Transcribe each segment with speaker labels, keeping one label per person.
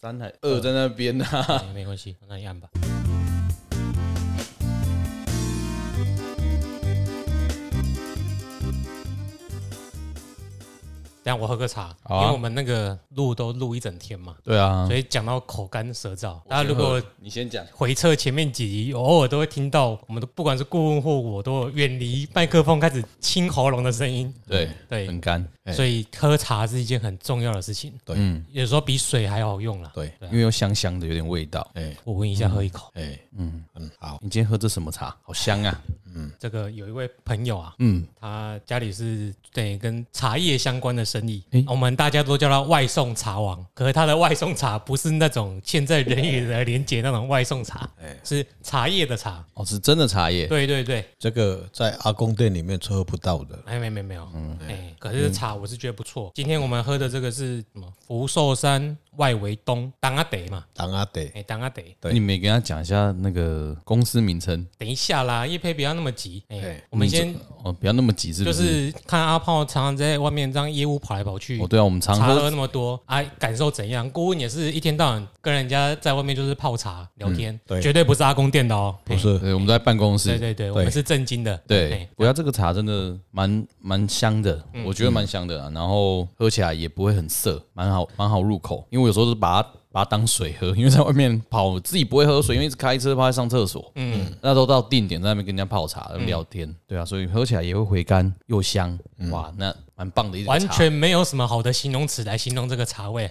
Speaker 1: 三还二在那边啊，
Speaker 2: 没关系，那你按吧。等一下我喝个茶，
Speaker 1: 好啊
Speaker 2: 因为我们那个录都录一整天嘛，
Speaker 1: 对啊
Speaker 2: 所，以讲到口干舌燥。
Speaker 3: 嗯
Speaker 2: 大家如果
Speaker 1: 你先讲，
Speaker 2: 回测前面几集，偶尔都会听到我们的不管是顾问或我，都有远离麦克风开始清喉咙的声音。
Speaker 1: 对，
Speaker 2: 对，
Speaker 1: 很干，
Speaker 3: 哎
Speaker 2: 所以喝茶是一件很重要的事情，
Speaker 3: 对
Speaker 1: 嗯，
Speaker 2: 有时候比水还好用啦。
Speaker 3: 对，
Speaker 2: 啊
Speaker 1: 因为又香香的，有点味道。
Speaker 3: 哎
Speaker 2: 我闻一下，喝一口。
Speaker 3: 哎，嗯嗯，好，
Speaker 1: 你今天喝这什么茶？好香啊！
Speaker 2: 哎这个有一位朋友啊，
Speaker 3: 嗯，
Speaker 2: 他家里是对跟茶叶相关的生意，
Speaker 1: 诶
Speaker 2: 我们大家都叫他外送茶王。可是他的外送茶不是那种现在人与人的连接那种外送茶，
Speaker 1: 哎
Speaker 2: 是茶叶的茶。
Speaker 1: 哦，是真的茶叶，
Speaker 2: 对对对，
Speaker 3: 这个在阿公店里面喝不到的，
Speaker 2: 哎没没没有，
Speaker 1: 嗯
Speaker 2: 哎，可是茶我是觉得不错。今天我们喝的这个是什么？福寿山外围东当阿得嘛，
Speaker 3: 当阿得，
Speaker 2: 哎当阿得。
Speaker 3: 对
Speaker 1: 你没跟他讲一下那个公司名称？
Speaker 2: 等一下啦，叶佩不要那么急，哎
Speaker 3: 哎，
Speaker 2: 我们先
Speaker 1: 你这哦，不要那么急，是不？
Speaker 2: 就是是看阿炮常常在外面这样业务跑来跑去
Speaker 1: 哦，，对啊，我们常
Speaker 2: 茶
Speaker 1: 喝
Speaker 2: 喝那么多，哎、感受怎样？顾问也是一天到晚跟人家在外面就是泡茶聊天，
Speaker 3: 对
Speaker 2: 绝对不是阿公店的哦。
Speaker 3: 不是
Speaker 1: 对，我们在办公
Speaker 2: 对
Speaker 1: 室。
Speaker 2: 对对，我们是正经的。
Speaker 1: 对
Speaker 2: 哎，
Speaker 1: 我要这个茶真的蛮蛮香的，
Speaker 2: 嗯
Speaker 1: 我觉得蛮香的啊。然后喝起来也不会很涩，蛮好蛮好入口。因为我有时候是把它把它当水喝，因为在外面跑，我自己不会喝水，因为一直开车怕上厕所。嗯，那时候到定点在那边跟人家泡茶
Speaker 2: 嗯
Speaker 1: 聊天，对啊，所以喝起来也会回甘又香，哇，那蛮棒的一种
Speaker 2: 嗯完
Speaker 1: 茶。
Speaker 2: 全没有什么好的形容词来形容这个茶味。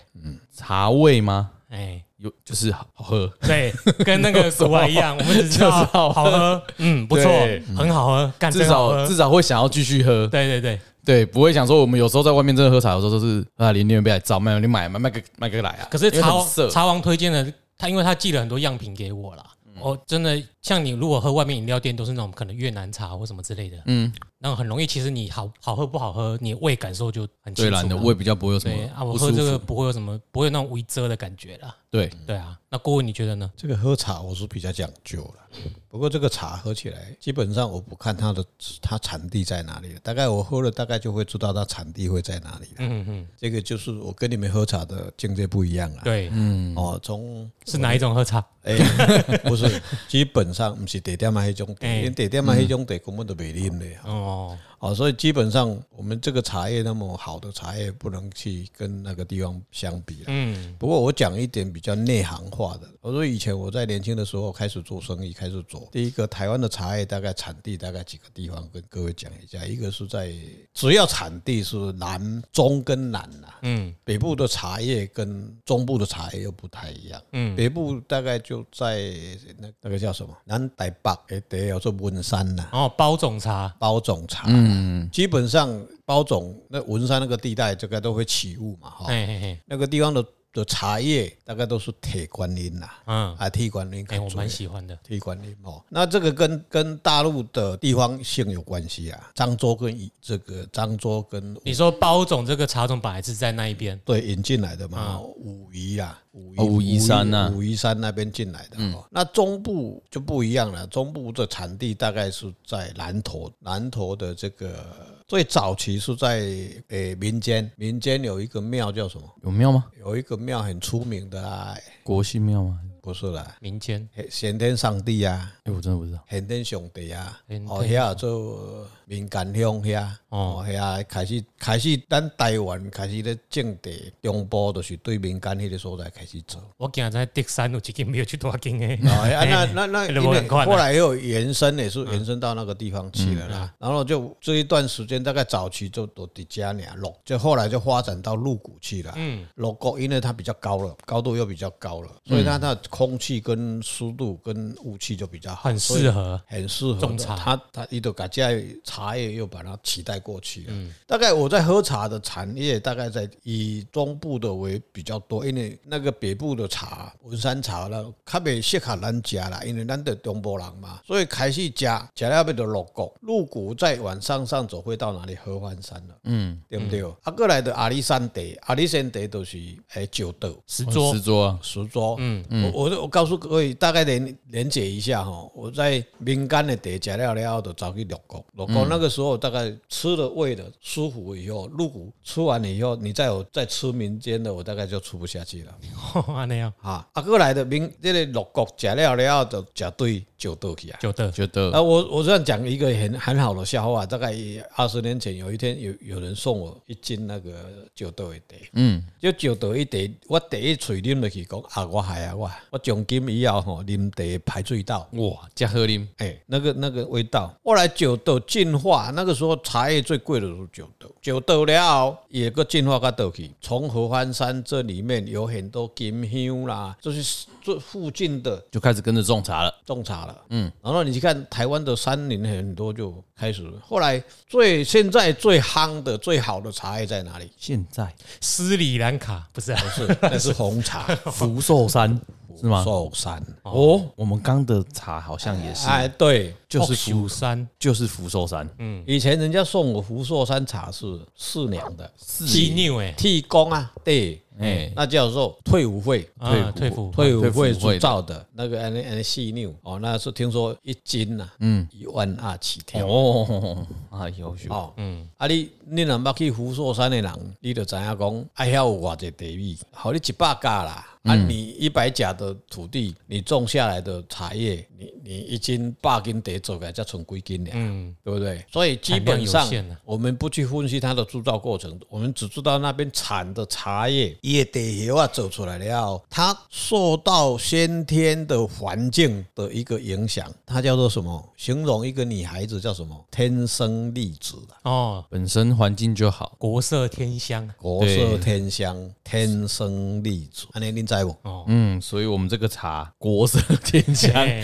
Speaker 1: 茶味吗？
Speaker 2: 哎，
Speaker 1: 有就是好喝，
Speaker 2: 对，跟那个国外一样，我们只知道好喝，嗯，不错
Speaker 1: 对，
Speaker 2: 很好喝，干
Speaker 1: 至
Speaker 2: 真好
Speaker 1: 少
Speaker 2: 喝。
Speaker 1: 至少会想要继续喝。
Speaker 2: 对对对，
Speaker 1: 对，不会想说我们有时候在外面真的喝茶，有时候都是啊，林店被来找，卖你买买卖个卖个来啊。
Speaker 2: 可是
Speaker 1: 因为
Speaker 2: 茶
Speaker 1: 很
Speaker 2: 王
Speaker 1: 涩
Speaker 2: 茶王推荐的，他因为他寄了很多样品给我啦。
Speaker 1: 嗯
Speaker 2: 哦，真的，像你如果喝外面饮料店，都是那种可能越南茶或什么之类的，嗯，那种很容易。其实你好好喝不好喝，你胃感受就很清
Speaker 1: 对
Speaker 2: 楚
Speaker 1: 啦，
Speaker 2: 了。
Speaker 1: 你的胃比较不会有什
Speaker 2: 对啊，
Speaker 1: 么
Speaker 2: 我
Speaker 1: 不
Speaker 2: 喝
Speaker 1: 舒
Speaker 2: 这
Speaker 1: 服。嗯
Speaker 2: 个不会有什么，不会有那种微遮的感觉啦。
Speaker 1: 对，
Speaker 2: 对啊，那顾问你觉得呢？
Speaker 3: 这个喝茶我是比较讲究了，不过这个茶喝起来，基本上我不看它的它产地在哪里了，大概我喝了大概就会知道它产地会在哪里了。
Speaker 2: 嗯嗯，
Speaker 3: 这个就是我跟你们喝茶的境界不一样了。
Speaker 2: 对，
Speaker 1: 嗯
Speaker 2: 嗯
Speaker 3: 哦，从
Speaker 2: 是哪一种喝茶？
Speaker 3: 哎、 不是，基本上不是地点嘛，迄种茶，
Speaker 2: 哎
Speaker 3: 因地点嘛，迄种茶根本都袂啉的
Speaker 1: 嗯
Speaker 3: 啊。
Speaker 2: 哦，
Speaker 3: 哦，所以基本上我们这个茶叶那么好的茶叶，不能去跟那个地方相比了。
Speaker 2: 嗯，
Speaker 3: 不过我讲一点比较内行化的，我说以前我在年轻的时候开始做生意，开始做第一个台湾的茶叶大概产地大概几个地方跟各位讲一下，一个是在只要产地是南中跟南呐、
Speaker 2: 嗯，
Speaker 3: 北部的茶叶跟中部的茶叶又不太一样，
Speaker 2: 嗯
Speaker 3: 北部大概就在那那个叫什么南台北，哎，得有做文山呐、啊
Speaker 2: 然后哦包种茶，
Speaker 3: 包种茶，
Speaker 2: 嗯
Speaker 3: 基本上包种那文山那个地带，这个都会起雾嘛，
Speaker 1: 哦
Speaker 3: 哈、
Speaker 2: 嘿嘿嘿，
Speaker 3: 那个地方的的茶叶大概都是铁观音呐、
Speaker 2: 嗯，
Speaker 3: 啊，铁观音
Speaker 2: 哎，我
Speaker 3: 看
Speaker 2: 蛮喜欢的，
Speaker 3: 铁观音哦，那这个跟跟大陆的地方性有关系啊，漳州跟以这个漳州跟
Speaker 2: 你说包种这个茶种本来是在那一边，
Speaker 3: 对引进来的嘛，武夷啊，武夷
Speaker 1: 哦武夷山啊嗯
Speaker 3: 武夷山那边进来的哦。那中部就不一样了，中部的产地大概是在南投，南投的这个最早期是在诶、民间，民间有一个庙叫什么？
Speaker 1: 有庙吗？
Speaker 3: 有一个庙很出名的啊，
Speaker 1: 国姓庙吗？
Speaker 3: 不是啦，
Speaker 2: 民间，
Speaker 3: 嘿先天上帝啊。
Speaker 1: 哎，我真的不知道。
Speaker 3: 先天上帝啊
Speaker 2: 先，天
Speaker 3: 哦，遐做民间乡遐，
Speaker 2: 哦
Speaker 3: 哦，遐开始开始，咱台湾开始咧种地，中部就是对民间迄个所在开始做。
Speaker 2: 我今日在第三有一间没有去大间诶，
Speaker 3: 哦， 啊，那那那，
Speaker 2: 那
Speaker 3: 因
Speaker 2: 就不
Speaker 3: 为
Speaker 2: 很快了
Speaker 3: 后来也有延伸，也是延伸到那个地方去了啦。然后就这一段时间，大概早期就都迪加尼亚鹿，啊就后来就发展到鹿谷去了。嗯，鹿谷因为它比较高了，高度又比较高了，所以它它的空气跟湿度跟雾气就比较好，
Speaker 2: 很
Speaker 3: 所以
Speaker 2: 适合。
Speaker 3: 很适合
Speaker 2: 种
Speaker 3: 的
Speaker 2: 茶
Speaker 3: 它它一头把家茶叶又把它取代过去了。大概我在喝茶的产业，大概在以中部的为比较多，因为那个北部的茶，文山茶了，较袂适合咱食啦，因为咱的中部人嘛，所以开始食，食了要就鹿骨，鹿骨再往上上走会到哪里？合欢山了，嗯，对不对？啊，过来的阿里山茶，阿里山茶就是诶九豆。
Speaker 2: 石桌
Speaker 1: 石桌啊，
Speaker 3: 石桌，嗯嗯，我我我告诉各位，大概连连解一下哈，我在民间的茶食了了后，就走去六国，六国那个时候大概吃吃了味的舒服以后，入股吃完了以后，你再有再吃民间的，我大概就吃不下去了。
Speaker 2: 安尼啊，
Speaker 3: 啊，啊，过来的民这个六国食了了就食对酒倒去啊。
Speaker 2: 就的，
Speaker 1: 觉得
Speaker 3: 啊，我我这样讲一个很很好的笑话，大概二十年前有一天有有人送我一斤那个酒豆一袋，
Speaker 1: 嗯，
Speaker 3: 就酒豆一袋，我第一嘴啉落去讲啊，我害啊我，我从今以后啊吼啉茶的排水道。
Speaker 1: 哇，加喝啉，
Speaker 3: 哎、那个那个味道。后来酒豆进化，那个时候茶叶最贵的就是酒豆，酒豆了后也个进化到豆去。从合欢山这里面有很多金香啦，就是这附近的
Speaker 1: 就开始跟着种茶了。
Speaker 3: 种茶了，嗯，然后你去看台湾的山林很多就开始，后来最现在最夯的最好的茶叶在哪 里？
Speaker 1: 现在
Speaker 2: 斯里兰卡不是啊
Speaker 3: 不是，那是红茶，
Speaker 1: 福寿山 是吗？
Speaker 3: 寿山。
Speaker 1: 哦，我们刚的茶好像也
Speaker 2: 哦
Speaker 1: 是，
Speaker 3: 哎，对，
Speaker 1: 就是
Speaker 2: 釜
Speaker 1: 福
Speaker 2: 哦山
Speaker 1: 就是福寿山，
Speaker 2: 嗯
Speaker 3: 以前人家送我福寿山茶是四两的，
Speaker 2: 基纽哎，
Speaker 3: 替工啊，对，
Speaker 1: 哎，
Speaker 3: 那叫做退伍费。
Speaker 2: 啊，退
Speaker 1: 退
Speaker 2: 服
Speaker 3: 退伍
Speaker 1: 退
Speaker 3: 费
Speaker 1: 伍会的
Speaker 3: 铸造的那个安尼安尼细牛哦，那是听说一斤呐、嗯，一万二起跳
Speaker 1: 哦，哎呦，
Speaker 3: 哦，嗯，啊你你若捌去福寿山的人，你就知影讲，啊遐有偌济地域，好你一百家啦，啊你一百甲的土地，你种下来的茶叶，你你一斤百斤得做起来才剩几斤俩，
Speaker 2: 嗯，
Speaker 3: 对不对？所以基本上
Speaker 2: 产量有限啊
Speaker 3: 我们不去分析它的铸造过程，我们只知道那边产的茶叶，叶地油啊走出来了后，它受到先天的环境的一个影响，它叫做什么？形容一个女孩子叫什么？天生丽质啊
Speaker 2: 哦，
Speaker 1: 本身环境就好，
Speaker 2: 国色天香
Speaker 3: 国色天香，天生丽质。安尼您知不？
Speaker 2: 哦，
Speaker 1: 嗯，所以我们这个茶国色天香，
Speaker 2: 哎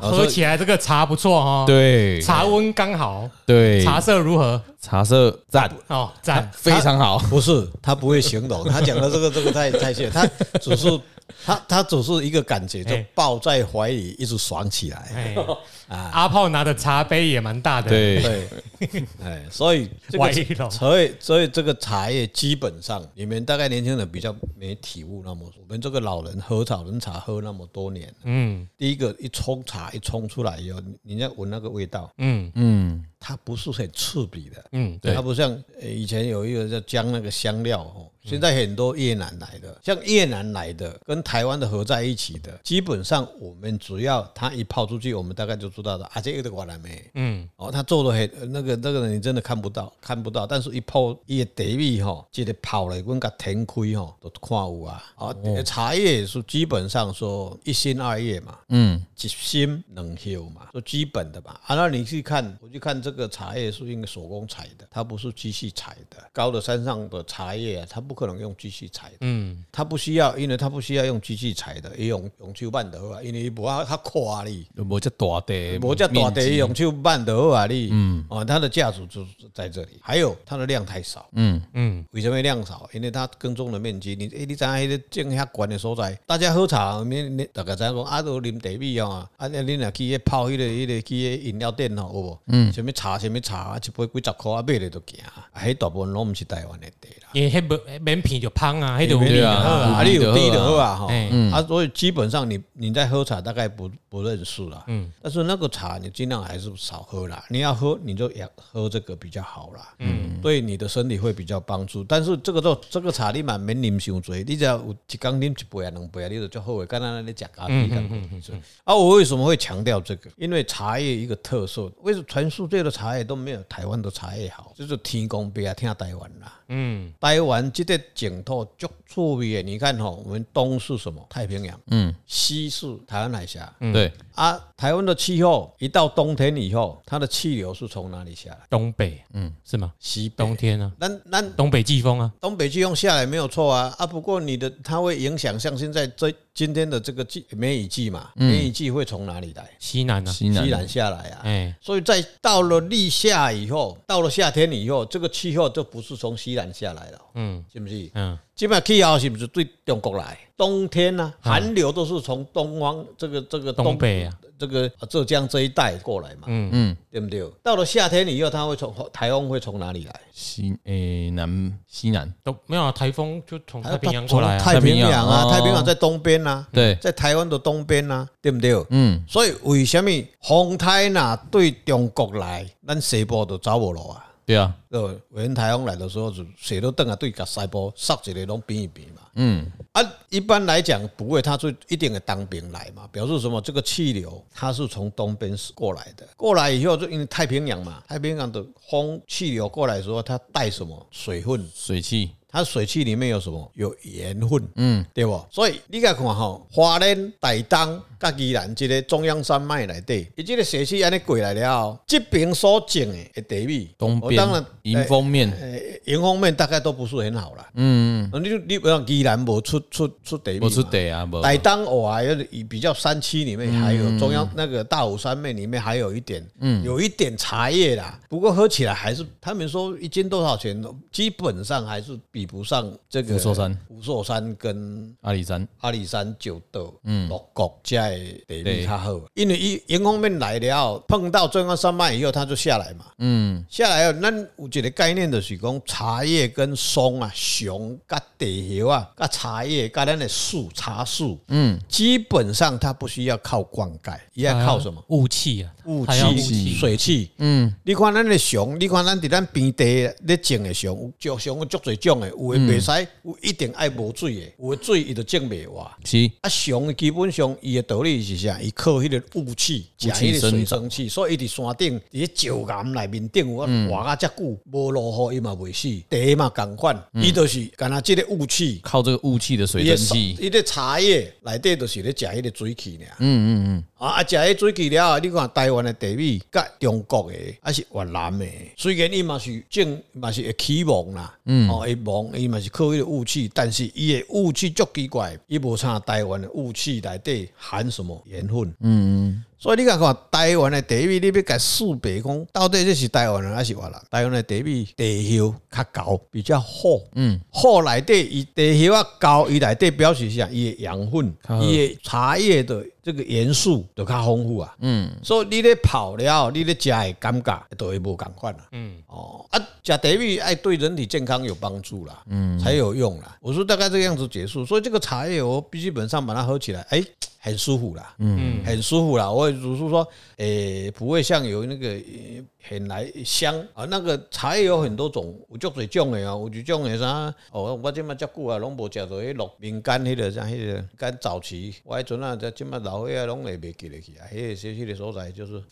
Speaker 2: 喝起来这个茶不错哦，，
Speaker 1: 对
Speaker 2: 茶温刚好，
Speaker 1: 对，
Speaker 2: 茶色如何？
Speaker 1: 茶色赞，
Speaker 2: 哦， 赞，
Speaker 1: 非常好，
Speaker 3: 不是，他不会形 容，他讲的这个这个太太谢，他只是他他只是一个感 觉，就
Speaker 2: 哎
Speaker 3: 抱在怀里一直爽起来。
Speaker 2: 哎，阿炮拿的茶杯也蛮大的，，
Speaker 1: 对，
Speaker 3: 对， 哎，所以这
Speaker 2: 外
Speaker 3: 个
Speaker 2: 楼
Speaker 3: 所以所以这个茶叶基本上，你们大概年轻人比较没体悟那么，我们这个老人喝老人茶喝那么多年，
Speaker 2: 嗯
Speaker 3: 第一个一冲茶一冲出来以后，人家闻那个味道，
Speaker 2: 嗯
Speaker 1: 嗯，
Speaker 3: 它不是很刺鼻的，
Speaker 2: 嗯，
Speaker 1: 对
Speaker 3: 它不像呃以前有一个叫姜那个香料哦，现在很多越南来的，像越南来的跟台湾的合在一起的，基本上我们只要它一泡出去，我们大概就知道了，啊，这个的果然没。
Speaker 2: 嗯，
Speaker 3: 哦，他做的很呃那个那个人，你真的看不到，看不到。但是一泡伊的地米吼，一个泡来，阮甲填开吼，都看有啊。哦，茶叶是基本上说一心二叶嘛，
Speaker 1: 嗯，
Speaker 3: 一心两叶嘛，说基本的吧。啊，那你去看，我去看这个茶叶是用手工采的，它不是机器采的。高的山上的茶叶啊，它不可能用机器采的。
Speaker 2: 嗯，
Speaker 3: 它不需要，因为它不需要用机器采的，伊用用手办的好啊，因为伊无啊较阔哩。
Speaker 1: 无遮大地，
Speaker 3: 我叫大
Speaker 1: 面积
Speaker 3: 地用手办的好啊，你，嗯，哦，它的价值就是在这里。还有它的量太少，
Speaker 1: 嗯，
Speaker 3: 为什么量少？因为它耕种的面积，你诶、你知影迄个种遐悬的所在，大家喝茶，你你大家知影讲啊，都啉茶米哦，啊，你若去迄泡迄、个迄、个去迄饮料店哦，有无？嗯，什物茶什物茶，一杯几十箍啊，买咧就行。啊，迄大部分拢毋是台湾的茶啦。
Speaker 2: 因为迄不免片就芳啊，迄就有
Speaker 1: 对
Speaker 2: 味
Speaker 1: 啊
Speaker 2: 啊，
Speaker 3: 啊，你有低的喝啊，哈
Speaker 2: 哎，
Speaker 3: 啊，所以基本上你你在喝茶大概不不认识啦，嗯，但是那个茶你尽量还是少喝啦，你要喝你就也喝这个比较好啦，嗯，对你的身体会比较帮助。但是这个都这个茶你嘛免啉伤多，你只要有一缸啉一杯啊两杯啊，你就就好的，敢若你食咖啡咁。是啊，我为什么会强调这个？因为茶叶一个特色，为什么全世界的茶叶都没有台湾的茶叶好？就是天公伯啊，听台湾啦，
Speaker 2: 嗯，
Speaker 3: 台湾这个景透足趣味的，你看吼、我们东是什么？太平洋，嗯，西是台湾海峡，
Speaker 1: 对，
Speaker 3: 啊，台湾的气候一到冬天以后，它的气流是从哪里下来？
Speaker 2: 东北，嗯，是吗？
Speaker 3: 西北。
Speaker 2: 冬天啊，
Speaker 3: 咱咱
Speaker 2: 东北季风啊，
Speaker 3: 东北季风下来没有错啊啊，不过你的它会影响，像现在这今天的这个季梅雨季嘛，梅雨季会从哪里来？
Speaker 2: 西南啊，
Speaker 1: 西南
Speaker 3: 西南下来啊，
Speaker 2: 哎，
Speaker 3: 所以在到了立夏以后，到了夏天以后，这个气候就不是从西南下来了，
Speaker 2: 嗯
Speaker 3: 是不是？
Speaker 2: 嗯，
Speaker 3: 基本气候是不是对中国来？冬天呢、寒流都是从东方这个这个
Speaker 2: 东北啊，
Speaker 3: 这个浙江这一带过来嘛，嗯嗯，对不对？到了夏天以后，它会从台风会从哪里来？
Speaker 1: 西诶南西南，
Speaker 2: 都没有啊台风就从太平洋过来
Speaker 3: 从
Speaker 2: 啊，
Speaker 3: 太平洋啊，
Speaker 1: 哦
Speaker 3: 太平洋在东边呐、
Speaker 1: 对，
Speaker 3: 在台湾的东边呐、对不对？
Speaker 1: 嗯，
Speaker 3: 所以为什么风台呐对中国来，咱西部都走不落啊？
Speaker 1: 对啊，
Speaker 3: 呃，文台风来的时候，就水都等啊，对个塞波塞一个拢变一变嘛。嗯，啊，一般来讲不会，他就一定会当兵来嘛，表示什么？这个气流它是从东边过来的，过来以后就因为太平洋嘛，太平洋的风气流过来的时候，它带什么水分？
Speaker 1: 水汽
Speaker 3: 它水汽里面有什么？有盐分，嗯，对不？所以你甲看吼，花莲、台东、甲宜兰这个中央山脉内底，伊这个水汽安尼过来了后，这边所种的地米，
Speaker 1: 东
Speaker 3: 哦
Speaker 1: 边
Speaker 3: 当然
Speaker 1: 迎风面
Speaker 3: 呃，营方面大概都不是很好啦。嗯，你就你不要宜兰无出出出地，
Speaker 1: 不出，地啊，不
Speaker 3: 台东我还有以比较山区里面还有中央那个大武山脉里面还有一点，嗯，有一点茶叶啦。不过喝起来还是他们说一斤多少钱，基本上还是比不上这个
Speaker 1: 福寿山、
Speaker 3: 福寿山跟
Speaker 1: 阿里山
Speaker 3: 阿里山九道、六国这的地理较好，因为伊迎风面来了后，碰到中央山脉以后，它就下来嘛。嗯，下来后，咱有一个概念就是讲茶叶跟松啊、熊、甲地叶啊、甲茶叶、甲咱的树茶树，嗯，基本上它不需要靠灌溉，伊要靠什么？
Speaker 2: 雾气啊，
Speaker 3: 雾
Speaker 2: 还要雾
Speaker 3: 气、
Speaker 2: 气，
Speaker 3: 水汽。嗯，你看咱的熊，你看咱伫咱边地咧种的熊，有足熊有足侪种的，有的袂使，有一定爱无水的，有的水伊就种袂活。
Speaker 1: 七
Speaker 3: 啊，熊基本上伊的道理是啥？伊靠迄个雾气，食迄个水蒸气，所以伊伫山顶，伫咧石岩内面顶，有活啊遮久，无落雨伊嘛袂死，地嘛共款，伊就是干若即个雾气。
Speaker 1: 靠这个雾气的水
Speaker 3: 伊
Speaker 1: 蒸
Speaker 3: 个
Speaker 1: 气，
Speaker 3: 伊个茶叶内底就是咧食迄个水气俩。嗯嗯嗯。啊啊，食迄水气了后，你看台湾的地米，甲中国的，还是越南的，虽然伊嘛是种，嘛是会起蒙啦，嗯，哦，会蒙，伊嘛是靠迄个雾气，但是伊的雾气足奇怪，伊无像台湾的雾气内底含什么盐分，所以你甲看台湾的地米，你要甲四白讲，到底这是台湾人还是越南？台湾的地米地hiệu较厚，比较厚，嗯，厚内底伊地hiệu啊厚，伊内底表示啥？伊的养分，伊的茶叶的这个元素就较丰富啊，嗯，所以你咧泡了后，你咧食的感觉就会无共款啊，嗯，哦，啊，食地米爱对人体健康有帮助啦，嗯，才有用啦。我说大概这个样子结束，所以这个茶叶我基本上把它喝起来，哎、很舒服啦，嗯，很舒服啦。我只是说，诶、不会像有那个呃很来香啊。那个茶叶有很多种，有足侪种的啊，有一种的啥哦，我即马足久啊，拢无食到迄落民间迄个啥迄个，间早期我迄阵啊，即马老岁仔拢会袂记得去啊。迄个小迄个所在就是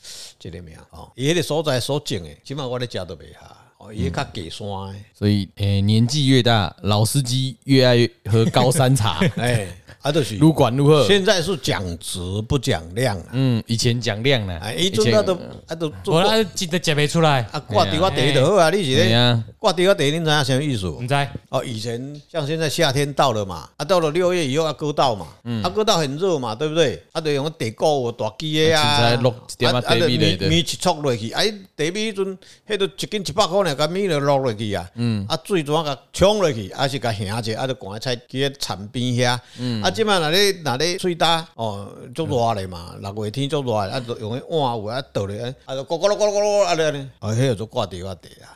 Speaker 3: 一个名哦，伊迄个所在所种的，即马我咧食都袂下。哦，伊较低山的，
Speaker 1: 所以诶、年纪越大，老司机越爱喝高山 茶，
Speaker 3: 哎， 啊，就是
Speaker 1: 嗯如管如何？
Speaker 3: 现在是讲质不讲量啊。
Speaker 1: 嗯，以前讲量呢，
Speaker 3: 啊，伊
Speaker 1: 以
Speaker 3: 阵啊
Speaker 1: 前
Speaker 3: 都啊都做
Speaker 2: 我那记得解没出来，
Speaker 3: 啊，挂地瓜地就好啊，你是
Speaker 1: 哎
Speaker 3: 咧
Speaker 1: 呀，
Speaker 3: 挂地瓜地，恁知影什么意思？
Speaker 2: 你在
Speaker 3: 哦，以前像现在夏天到了嘛，啊，到了六月以后啊，割稻嘛，
Speaker 1: 嗯
Speaker 3: 啊，割稻很热嘛，对不对？啊，就用地沟有大枝的
Speaker 1: 啊凊彩
Speaker 3: 啊，
Speaker 1: 落一点仔
Speaker 3: 啊
Speaker 1: 地米
Speaker 3: 米
Speaker 1: 下底
Speaker 3: 米一撮落去，哎，地米迄阵，迄都一斤一百箍呢，甲米就落落去啊，
Speaker 1: 嗯
Speaker 3: 啊，水怎啊甲冲落去，啊是甲行者，啊就赶菜去咧田边遐，
Speaker 1: 嗯
Speaker 3: 啊，即摆若咧若咧水干，哦，足热咧嘛，六月天足热的，啊，就用迄碗有啊倒咧，啊，就咕咕噜咕噜咕噜啊咧咧，啊，迄个就挂地挂地啊。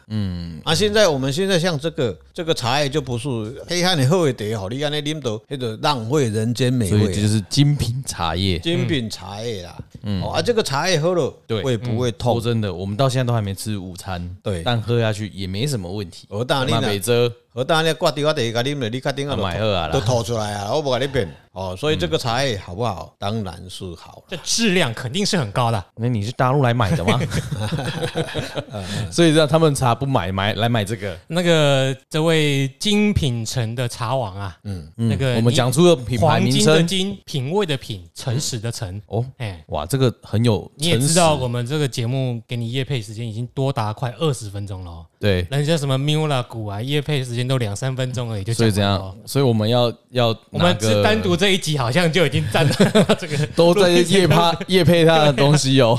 Speaker 3: 啊，现在我们现在像这个这个茶叶就不是黑汉的好的茶，好你安尼啉到，迄个浪费人间美
Speaker 1: 所以这就
Speaker 3: 味啊。
Speaker 1: 是精品茶叶。
Speaker 3: 精品茶叶啦，哦啊，这个茶叶喝了
Speaker 1: 嗯对
Speaker 3: 胃不会
Speaker 1: 说
Speaker 3: 痛？
Speaker 1: 真的，我们到现在都还没吃午餐，
Speaker 3: 对哦啊
Speaker 1: 但喝下去也没什么问题。
Speaker 3: 我当然啦
Speaker 1: 那北遮
Speaker 3: 何当你挂地我地甲啉了，你确定啊
Speaker 1: 啊买好啊啦
Speaker 3: 都吐出来啊，我不甲你变哦。所以这个茶叶好不好？当然是好啦。
Speaker 2: 这质量肯定是很高的。
Speaker 1: 那你是大陆来买的 吗？ 所以让他们茶不买，买来买这个。
Speaker 2: 那个这位精品城的茶王啊，嗯，那个
Speaker 1: 我们
Speaker 2: 你
Speaker 1: 讲出了品牌
Speaker 2: 黄
Speaker 1: 名
Speaker 2: 金的
Speaker 1: 称
Speaker 2: 金，品味的品，诚实的诚。
Speaker 1: 哦，
Speaker 2: 哎，
Speaker 1: 哇，这个很有
Speaker 2: 你也
Speaker 1: 诚
Speaker 2: 知
Speaker 1: 实。
Speaker 2: 道我们这个节目给你夜配时间已经多达快二十分钟了哦，
Speaker 1: 对，
Speaker 2: 人家什么 Mula 股啊，夜配时间都两三分钟而已，就
Speaker 1: 所以
Speaker 2: 讲
Speaker 1: 怎
Speaker 2: 完了哦
Speaker 1: 样？所以我们要要
Speaker 2: 我们
Speaker 1: 哪个
Speaker 2: 只单独这一集好像就已经占了 这个
Speaker 1: 都在夜 趴夜配他的东西哦。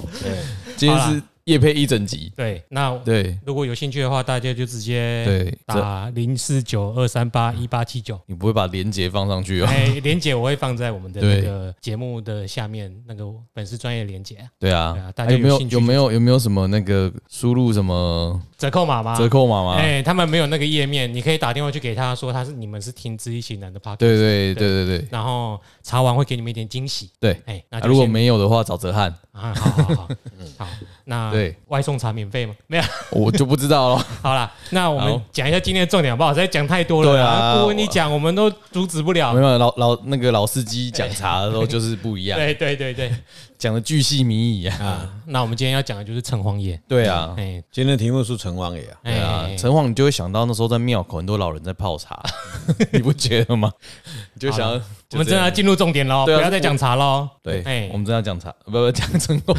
Speaker 1: 今天
Speaker 2: 好
Speaker 1: 是夜配一整集，
Speaker 2: 对，那
Speaker 1: 对。
Speaker 2: 如果有兴趣的话，大家就直接
Speaker 1: 对
Speaker 2: 打零四九二三八一八七九。
Speaker 1: 你不会把链接放上去哦？
Speaker 2: 哎，连姐我会放在我们的
Speaker 1: 对
Speaker 2: 那个节目的下面那个粉丝专业连姐
Speaker 1: 对
Speaker 2: 对啊
Speaker 1: 啊，
Speaker 2: 大
Speaker 1: 还
Speaker 2: 家
Speaker 1: 有没
Speaker 2: 有
Speaker 1: 有
Speaker 2: 兴趣
Speaker 1: 有没有有没有什么那个输入什么
Speaker 2: 折扣码吗？
Speaker 1: 折扣码吗？
Speaker 2: 哎，他们没有那个页面，你可以打电话去给他说他是你们是听知一型男的 p o d
Speaker 1: 对对对对对
Speaker 2: 然后查完会给你们一点惊喜。
Speaker 1: 对。
Speaker 2: 哎，那
Speaker 1: 啊
Speaker 2: 就
Speaker 1: 如果
Speaker 2: 先
Speaker 1: 没有的话，找泽汉。
Speaker 2: 啊，好好好，好，那
Speaker 1: 嗯对，
Speaker 2: 外送茶免费吗？ 没有，
Speaker 1: 我就不知道了。
Speaker 2: 好啦，那我们
Speaker 1: 好
Speaker 2: 讲一下今天的重点好不好？实在讲太多了
Speaker 1: 对
Speaker 2: 啦，
Speaker 1: 啊
Speaker 2: 顾问你讲我们都阻止不了
Speaker 1: 没。有老老那个老司机讲茶的时候就是不一样，
Speaker 2: 对对对对，
Speaker 1: 讲的巨细靡遗啊。
Speaker 2: 啊，那我们今天要讲的就是城隍爷，
Speaker 1: 对啊，
Speaker 2: 哎
Speaker 3: 今天的题目是陈王爷啊，
Speaker 1: 对啊
Speaker 2: 哎，，
Speaker 1: 城隍你就会想到那时候在庙口很多老人在泡 茶，你不觉得吗？你就想要
Speaker 2: 好了我们真的要
Speaker 1: 要
Speaker 2: 进入重点喽，不
Speaker 1: 对啊
Speaker 2: 要再讲茶喽。
Speaker 1: 对
Speaker 2: 哎，
Speaker 1: 我，们真的要讲茶，不不讲城 隍。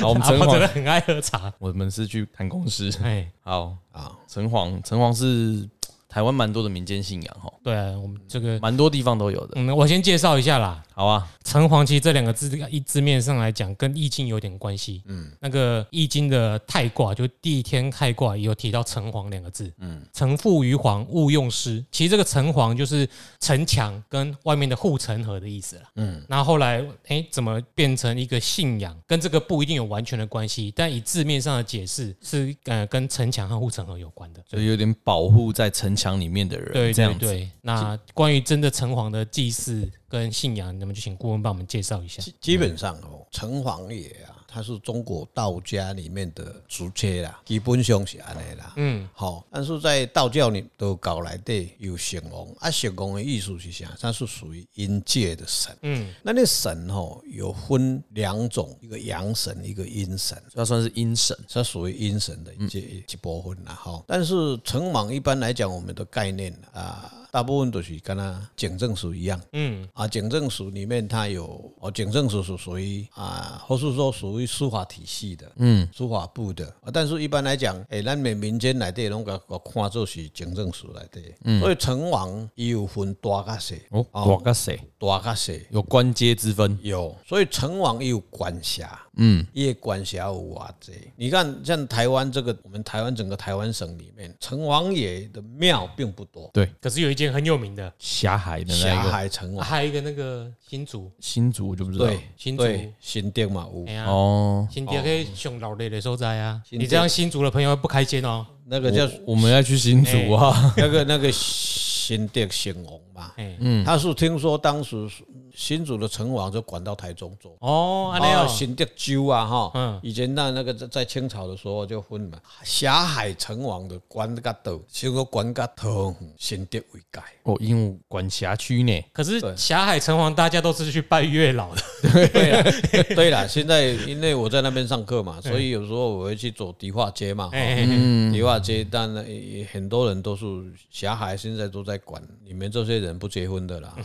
Speaker 1: 好，我们
Speaker 2: 阿
Speaker 1: 城
Speaker 2: 炮真的
Speaker 1: 隍，
Speaker 2: 很爱喝茶。
Speaker 1: 我们是去谈公事。
Speaker 2: 哎，
Speaker 1: 好
Speaker 3: 啊，
Speaker 1: 城隍，城隍是台湾蛮多的民间信仰哈，
Speaker 2: 对啊，我们这个，
Speaker 1: 蛮多地方都有的。
Speaker 2: 嗯，我先介绍一下啦。
Speaker 1: 好啊，
Speaker 2: 城隍其实这两个字一字面上来讲，跟易经有点关系。嗯，那个易经的太卦，就第一天太卦也有提到城隍两个字。嗯，城附于隍，勿用师。其实这个城隍就是城墙跟外面的护城河的意思了。嗯，那后来哎、诶怎么变成一个信仰？跟这个不一定有完全的关系，但以字面上的解释是呃跟城墙和护城河有关的。
Speaker 1: 就有点保护在城墙里面的人，
Speaker 2: 对
Speaker 1: 这
Speaker 2: 对
Speaker 1: 样子。
Speaker 2: 对，那关于真的城隍的祭祀跟信仰，那么就请顾问帮我们介绍一下。
Speaker 3: 基基本上哦，城隍爷啊，他是中国道家里面的主切啦，基本上是安尼啦。
Speaker 2: 嗯，
Speaker 3: 好，但是在道教里都搞来底有神王，啊，神王的意思是啥？它是属于阴界的神。
Speaker 2: 嗯，
Speaker 3: 那那神哦，有分两种，一个阳神，一个阴神。
Speaker 1: 所以他算是阴神，
Speaker 3: 它属于阴神的一一部分啦，哈。但是城隍一般来讲，我们的概念啊，大部分都是跟他警政署一样，
Speaker 2: 嗯，
Speaker 3: 啊，警政署里面它有哦，警政署是属于啊，或是说属于司法体系的，嗯，司法部的。啊、但是一般来讲，诶、咱们民间来底拢个看作是警政署来底，嗯，所以城隍伊有分大甲小，
Speaker 1: 哦，我个谁
Speaker 3: 大甲小。
Speaker 1: 有官阶之分？
Speaker 3: 有，所以城隍也有管辖，嗯，也管辖有哇这。你看，像台湾这个，我们台湾整个台湾省里面，城隍爷的庙并不多，
Speaker 1: 对，
Speaker 2: 可是有一间很有名的，
Speaker 1: 霞海的那
Speaker 3: 霞
Speaker 1: 一个
Speaker 3: 海城隍，
Speaker 2: 还有一个那个新竹，
Speaker 1: 新竹我就不知道。
Speaker 3: 对，
Speaker 2: 啊新竹
Speaker 3: 对，新店嘛有
Speaker 2: 哎，呀，
Speaker 1: 哦，
Speaker 2: 新竹可以上老累的所在啊。
Speaker 3: 新竹
Speaker 2: 你这样新竹的朋友会不开心哦。
Speaker 3: 那个叫
Speaker 1: 我们要去新竹 啊，
Speaker 3: 那个那个新店神王嘛，
Speaker 2: 哎，
Speaker 3: 嗯，他是听说当时新竹的城隍就管到台中州。
Speaker 2: 哦，安尼
Speaker 3: 啊，
Speaker 2: 哦，
Speaker 3: 新德州啊，哈，
Speaker 2: 嗯
Speaker 3: 以前那那个在在清朝的时候就分嘛，霞海城隍的管甲岛，先说管甲头，新德为 界，
Speaker 1: 哦，因为管辖区呢，
Speaker 2: 可是霞海城隍大家都是去拜月老
Speaker 3: 啊
Speaker 2: 的，
Speaker 3: 对啦，对啦，现在因为我在那边上课嘛，
Speaker 2: 嗯
Speaker 3: 所以有时候我会去走迪化街嘛，
Speaker 2: 哎，哎哎
Speaker 3: 迪化街，但也很多人都是霞海，现在都在管你们这些人不结婚的啦，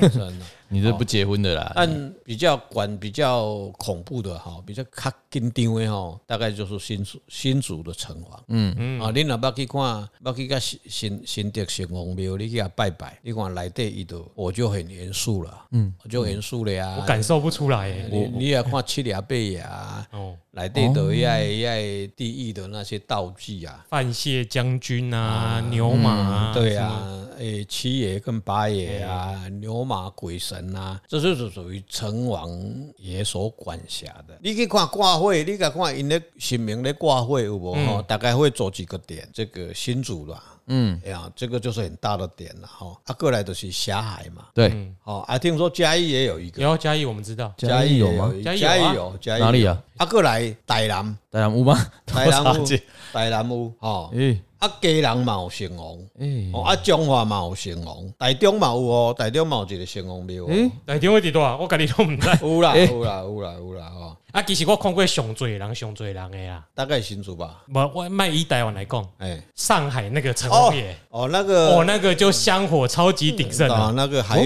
Speaker 3: 真的。
Speaker 1: 你这不结婚的啦，
Speaker 3: 但比较管比较恐怖的哈，比较较紧张的哈，大概就是新竹新竹的城隍。嗯嗯啊，你若捌去看，捨去个新新新德城隍庙，你去遐拜拜，你看内底伊都，我就很严肃了，嗯，我就严肃了呀
Speaker 2: 我。感受不出来哦耶。
Speaker 3: 你你也看七俩八呀，
Speaker 2: 哦，
Speaker 3: 内底都要要地狱的那些道具啊，
Speaker 2: 范谢将军啊，牛马啊，
Speaker 3: 对啊，诶，七爷跟八爷啊，牛马鬼神啊，这就是属于成王爷所管辖的。你去看挂会，你去看因咧神明咧挂会有无？吼、大概会走几个点，这个新主啦，嗯，哎呀，这个就是很大的点了哈。啊，过来就是霞海嘛，
Speaker 1: 对，
Speaker 3: 哦，啊，听说嘉义也有一个，
Speaker 2: 然后嘉义我们知道，
Speaker 1: 嘉义有吗
Speaker 3: 也一
Speaker 2: 嘉
Speaker 3: 嘉
Speaker 2: 义
Speaker 3: 义
Speaker 2: 有啊
Speaker 3: 有，嘉义
Speaker 1: 哪里啊？
Speaker 3: 有？啊，过来台南，
Speaker 1: 台南屋吗？
Speaker 3: 台南
Speaker 1: 我
Speaker 3: 有
Speaker 1: 姐，
Speaker 3: 台南有，吼、
Speaker 1: 哎
Speaker 3: 啊，家人嘛有成王。
Speaker 1: 哎，
Speaker 3: 哦，啊，中华嘛有神王，台中嘛有哦，台中嘛有一个神王庙哦，
Speaker 2: 哪天会几多啊？我跟你都唔知道。
Speaker 3: 有啦有啦有啦有啦哦，
Speaker 2: 啊，其实我看过上最人上最人的啦。
Speaker 3: 大概新竹吧，
Speaker 2: 无，我卖以台湾来讲，
Speaker 3: 哎，
Speaker 2: 上海那个城
Speaker 3: 哦
Speaker 2: 隍爷，
Speaker 3: 哦那
Speaker 2: 哦，
Speaker 3: 个
Speaker 2: 那个就香火超级鼎盛啊
Speaker 3: 啊。那个还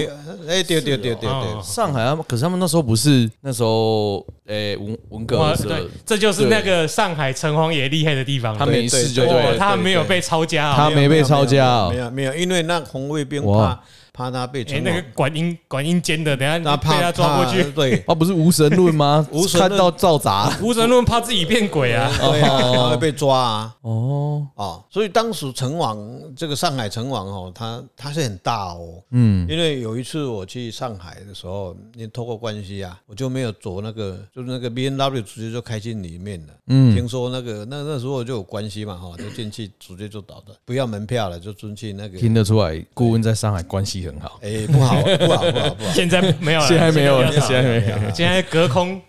Speaker 3: 哎对对对对
Speaker 2: 哦
Speaker 3: 对，
Speaker 1: 上海他啊们，可是他们那时候不是那时候，哎，文文革
Speaker 2: 哇，
Speaker 1: 的时
Speaker 2: 对
Speaker 1: 候，，
Speaker 2: 这就是那个上海城隍爷厉害的地方了。
Speaker 1: 他没事就
Speaker 3: 对
Speaker 1: 对
Speaker 2: 哇，
Speaker 1: 了，
Speaker 2: 他没有
Speaker 3: 对
Speaker 2: 被抄家啊！
Speaker 1: 他没被抄家哦
Speaker 3: 没有没有，因为那红卫兵
Speaker 1: 哇。
Speaker 3: 怕怕他被
Speaker 2: 哎，
Speaker 3: 成
Speaker 2: 那
Speaker 3: 王
Speaker 2: 个，管音管音间的，等下
Speaker 3: 那
Speaker 2: 被
Speaker 3: 怕
Speaker 2: 他抓过
Speaker 3: 怕
Speaker 2: 去。
Speaker 3: 对
Speaker 1: 啊，不 是无神论吗？
Speaker 3: 无神
Speaker 1: 看
Speaker 3: 论
Speaker 1: 到造 砸
Speaker 2: 吴神论怕自己变鬼啊！
Speaker 3: 对啊，他会被抓啊！
Speaker 1: 哦，
Speaker 3: 哦，所以当时城隍这个上海城隍哦，他他是很大哦，嗯，因为有一次我去上海的时候，你透过关系啊，我就没有走那个，就是那个 B N W 直接就开进里面了，嗯，听说那个那那时候就有关系嘛哈，就进去直接就倒的，不要门票了，就进去那个
Speaker 1: 听得出来，顾问在上海关系气很好，
Speaker 3: 哎，不好，不好，不好，不好。
Speaker 2: 现在没有 了，
Speaker 1: 现在没有
Speaker 2: 了
Speaker 1: 了，，哎现在没有了。
Speaker 2: 现在隔空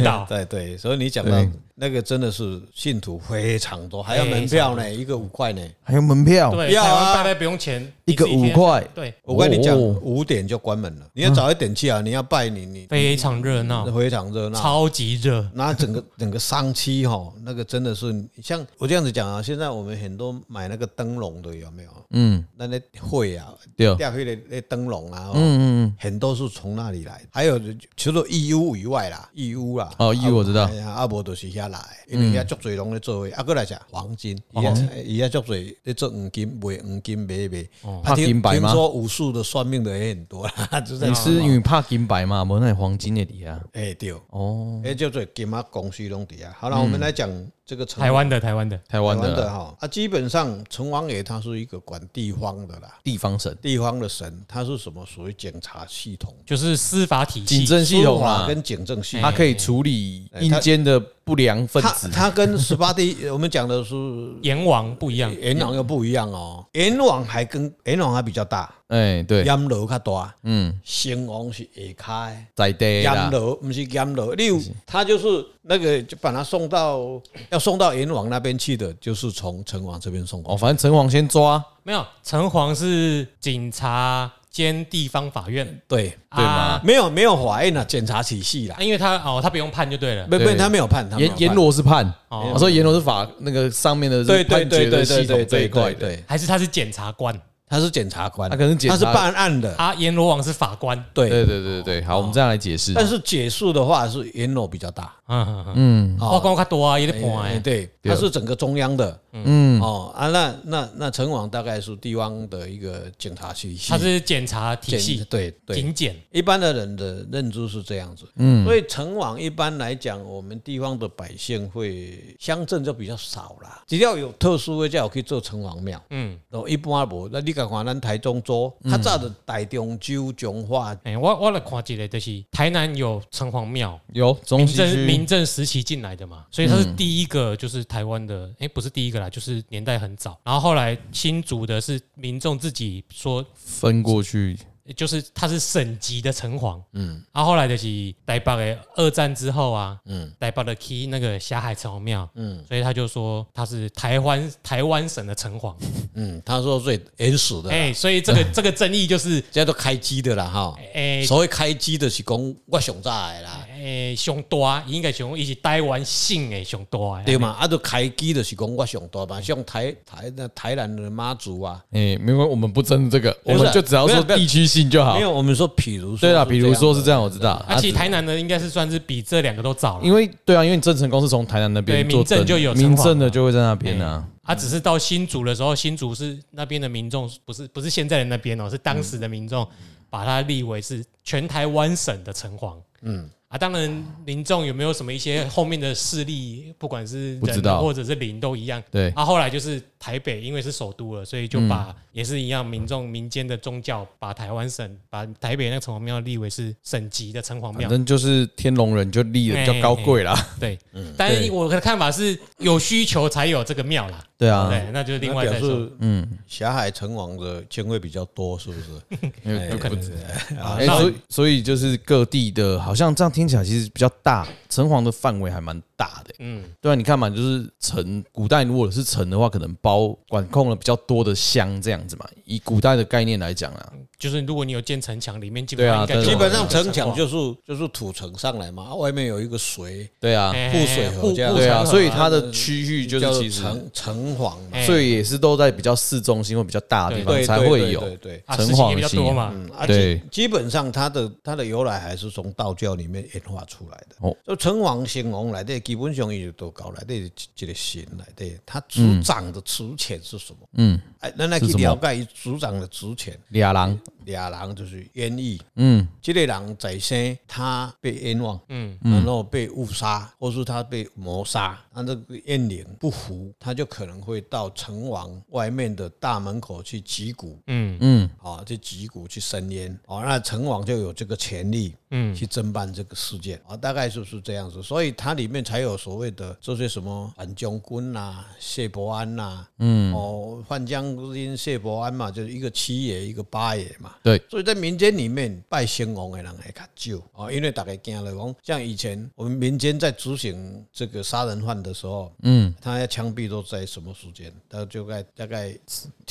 Speaker 2: 导。
Speaker 3: 对对，所以你讲到
Speaker 1: 对
Speaker 3: 那个真的是信徒非常多，还有门票呢，一个五块呢。
Speaker 1: 还有门票，
Speaker 2: 对，
Speaker 3: 要
Speaker 2: 台
Speaker 3: 啊
Speaker 2: 湾拜拜不用钱，
Speaker 1: 一个
Speaker 2: 你自己
Speaker 1: 五
Speaker 2: 贴
Speaker 1: 块
Speaker 2: 对，
Speaker 3: 我跟你讲，
Speaker 1: 哦
Speaker 3: 五点就关门了，你要早一点去啊，你要拜你你
Speaker 2: 非常热闹，
Speaker 3: 非常热闹。
Speaker 2: 超级热。
Speaker 3: 那整个整个商区哈，那个真的是像我这样子讲啊，现在我们很多买那个灯笼的有没有？
Speaker 1: 嗯，
Speaker 3: 那那会啊，
Speaker 1: 对哦，
Speaker 3: 钓鱼的那灯笼啊，嗯，
Speaker 1: 嗯嗯
Speaker 3: 很多是从那里来的。还有除了义乌以外啦，义乌啦，
Speaker 1: 哦义乌我知道嗯
Speaker 3: 哎呀，阿伯都是遐来的，因为遐足侪拢咧做伙。啊，过来讲黄金，伊遐伊遐足侪咧做黄金，卖黄金买卖。啊
Speaker 1: 哦怕金
Speaker 3: 听
Speaker 1: 白
Speaker 3: 听
Speaker 1: 吗
Speaker 3: 说武术的算命的也很多啦， 就
Speaker 1: 嗯，
Speaker 3: 在
Speaker 1: 你是因为怕金白嘛，无那黄金的啊底下
Speaker 3: 哎对，
Speaker 1: 哦，嗯
Speaker 3: 哎叫做金啊公司拢底啊。好了，我们来讲这个城
Speaker 2: 台湾的台湾的，
Speaker 1: 台
Speaker 3: 台
Speaker 1: 湾
Speaker 3: 湾
Speaker 1: 的
Speaker 3: 的
Speaker 1: 啊
Speaker 3: 哈啊，基本上城隍爷他是一个管地方的啦。
Speaker 1: 地方省
Speaker 3: 地方的神，他是什么？属于警察系统、
Speaker 2: 就是司法体
Speaker 1: 警
Speaker 2: 系，
Speaker 1: 政系统啊
Speaker 3: 司法
Speaker 1: 啦，
Speaker 3: 跟警政系统
Speaker 1: 它可以处理阴间的不良分
Speaker 3: 他
Speaker 1: 子。啊
Speaker 3: 他跟十八帝， 我们讲的是
Speaker 2: 阎王不一样，
Speaker 3: 阎王又不一样哦，阎王还跟阎王还比较大，
Speaker 1: 哎，对，
Speaker 3: 阎罗较大，
Speaker 1: 嗯，
Speaker 3: 仙王是下开。
Speaker 1: 在地啊
Speaker 3: 阎
Speaker 1: 啦，
Speaker 3: 罗不是阎罗，六他就是那个就把他送到要送到阎王那边去的，就是从城隍这边送
Speaker 1: 哦，
Speaker 3: 过来。
Speaker 1: 反正城隍先抓，
Speaker 2: 没有城隍是警察兼地方法院
Speaker 3: 对，
Speaker 1: 对嘛
Speaker 2: 啊，
Speaker 3: 没有没有法院啊，检察体系啦
Speaker 2: 啊，因为他哦，他不用判就对了，
Speaker 3: 没没他没有判，他没有
Speaker 1: 哎阎
Speaker 3: 判
Speaker 1: 阎罗是判，
Speaker 2: 哦
Speaker 1: 我说阎罗是法那个上面的
Speaker 3: 对对
Speaker 1: 判决
Speaker 3: 对
Speaker 1: 的
Speaker 3: 对
Speaker 1: 系
Speaker 3: 对
Speaker 1: 统
Speaker 3: 对
Speaker 1: 这一
Speaker 3: 对
Speaker 1: 块
Speaker 3: 对
Speaker 1: 的，
Speaker 3: 对，
Speaker 2: 还是他是检察官，
Speaker 3: 他是检察官，
Speaker 1: 他可能是检察
Speaker 3: 他是办案的，
Speaker 2: 啊，阎罗王是法官，
Speaker 1: 对对
Speaker 3: 对。
Speaker 1: 对对对，好，我们这样来解释。
Speaker 3: 哦但是解释的话是阎罗比较大，
Speaker 2: 嗯嗯嗯，
Speaker 1: 嗯哦
Speaker 2: 话讲较多啊，有点
Speaker 3: 哎
Speaker 2: 判
Speaker 3: 哎
Speaker 2: 的，
Speaker 3: 对，
Speaker 1: 对
Speaker 3: 它是整个中央的，
Speaker 1: 嗯，
Speaker 3: 哦啊，那那那城隍大概是地方的一个警察体系，
Speaker 2: 他是检察体
Speaker 3: 检
Speaker 2: 系，
Speaker 3: 对对。
Speaker 2: 警检，
Speaker 3: 一般的人的认知是这样子，
Speaker 1: 嗯
Speaker 3: 所以城隍一般来讲，我们地方的百姓会乡镇就比较少啦，只要有特殊的才有去做城隍庙，
Speaker 2: 嗯，
Speaker 3: 然后一般无。那你看看咱台中州，较早的台中州、彰化，
Speaker 2: 哎，我我来看一个，就是台南有城隍庙，
Speaker 1: 有中
Speaker 2: 民
Speaker 1: 西
Speaker 2: 政民
Speaker 1: 区，
Speaker 2: 政时期进来的嘛，所以他是
Speaker 3: 嗯
Speaker 2: 第一个，就是台湾的，哎、不是第一个啦，就是年代很早。然后后来新竹的是民众自己说，
Speaker 1: 分过去，
Speaker 2: 就是他是省级的城隍，嗯，然后后来就是台北的二战之后啊，嗯，台北的 key 那个霞海城隍庙，嗯，所以他就说他是台湾台湾省的城隍，
Speaker 3: 嗯，他说最原始的，
Speaker 2: 哎、所以这个这个争议就是，
Speaker 3: 现在都开机的啦哈。
Speaker 2: 哎、
Speaker 3: 所谓开机的是讲我上早的啦，
Speaker 2: 哎，上大应该上一起台湾姓的上大的，
Speaker 3: 对嘛？啊，就开机的是讲我上大嘛，像台台那台南的妈祖啊，
Speaker 1: 哎，没关系，我们不争这个，我
Speaker 3: 是
Speaker 1: 们就只要
Speaker 3: 没
Speaker 1: 说
Speaker 3: 有没有
Speaker 1: 地区性就好
Speaker 3: 没。有我们说，譬如说
Speaker 1: 对啦，
Speaker 3: 啦，
Speaker 1: 比如说是这样，我知道。
Speaker 2: 啊，其实台南的应该是算是比这两个都早了，
Speaker 1: 因为对啊，因为郑成功是从台南那边
Speaker 2: 对
Speaker 1: 做
Speaker 2: 民政
Speaker 1: 灯
Speaker 2: 就有城隍
Speaker 1: 民政的就会在那边啊。
Speaker 2: 啊，只是到新竹的时候，新竹是那边的民众，不是不是现在的那边哦，是当时的民众把它立为是全台湾省的城隍。嗯，啊，当然民众有没有什么一些后面的势力，不管是
Speaker 1: 不知
Speaker 2: 人啊
Speaker 1: 道
Speaker 2: 或者是林都一样。
Speaker 1: 对，嗯
Speaker 2: 啊，后来就是台北，因为是首都了，所以就把、也是一样，民众民间的宗教把台湾省把台北那个城隍庙立为是省级的城隍
Speaker 1: 反
Speaker 2: 庙。
Speaker 1: 正就是天龙人就立的比较高贵啦。
Speaker 2: 对，但
Speaker 1: 嗯对
Speaker 2: 是我的看法是有需求才有这个庙啦。
Speaker 1: 对啊，
Speaker 2: 哎对，那就是另
Speaker 3: 那
Speaker 2: 外
Speaker 3: 表
Speaker 2: 再说。
Speaker 3: 示嗯，霞海城隍的签位比较多，是 不是？
Speaker 1: 因为不知
Speaker 2: 啊
Speaker 1: 哎，
Speaker 2: 那
Speaker 1: 所以所以就是各地的，好像这样听起来其实比较大，城隍的范围还蛮大的、
Speaker 2: 嗯
Speaker 1: 嗯，对啊，你看嘛，就是城，古代如果是城的话，可能包管控了比较多的乡这样子嘛。以古代的概念来讲啊，
Speaker 2: 就是如果你有建城墙，里面基本上应
Speaker 1: 对啊
Speaker 2: 该就
Speaker 1: 对
Speaker 3: 基
Speaker 1: 啊
Speaker 3: 本上城墙
Speaker 2: 有
Speaker 3: 就是就是土城上来嘛，啊外面有一个水，
Speaker 1: 对啊，
Speaker 2: 哎
Speaker 3: 护水河
Speaker 2: 护
Speaker 3: 这样
Speaker 1: 对啊，
Speaker 2: 护城河
Speaker 1: 所以它的区域就是
Speaker 3: 叫
Speaker 1: 其实，
Speaker 3: 城城隍嘛，
Speaker 2: 哎
Speaker 1: 所以也是都在比较市中心或比较大的地方
Speaker 3: 对
Speaker 1: 才
Speaker 3: 对
Speaker 1: 会
Speaker 3: 对
Speaker 1: 有
Speaker 3: 对对。
Speaker 2: 啊
Speaker 1: 城
Speaker 2: 事情也
Speaker 1: 隍
Speaker 2: 比较
Speaker 1: 信
Speaker 2: 多
Speaker 1: 仰。
Speaker 2: 嘛。
Speaker 3: 嗯，而
Speaker 1: 对
Speaker 3: 且基本上它的它的由来还是从道教里面演化出来的。
Speaker 1: 哦
Speaker 3: 哦，就城隍、神王来的，基本上也都搞来的这个神来的，它主掌的职权是什么？
Speaker 1: 嗯，
Speaker 3: 哎，咱来
Speaker 1: 是
Speaker 3: 去
Speaker 1: 什么
Speaker 3: 了解伊主掌的职权。
Speaker 1: 俩狼，
Speaker 3: 俩人就是冤狱，
Speaker 1: 嗯，
Speaker 3: 这个人在生他被冤枉，
Speaker 2: 嗯，
Speaker 3: 然后被误杀，或是他被谋杀，那这个怨灵不服，他就可能会到城隍外面的大门口去击鼓，
Speaker 2: 嗯
Speaker 1: 嗯，
Speaker 3: 啊，去击鼓去申冤，哦，那城隍就有这个权利，
Speaker 2: 嗯，
Speaker 3: 去侦办这个事件，啊，大概就是这样子，所以它里面才有啊所谓的这些什么反将军呐、谢伯安呐、嗯，哦，范将正因谢伯安嘛，就是一个七爷一个八爷嘛。
Speaker 1: 对，
Speaker 3: 所以在民间里面拜先王的人还较少啊，因为大家惊了讲，像以前我们民间在执行这个杀人犯的时候，嗯，他要枪毙都在什么时间？他就在大概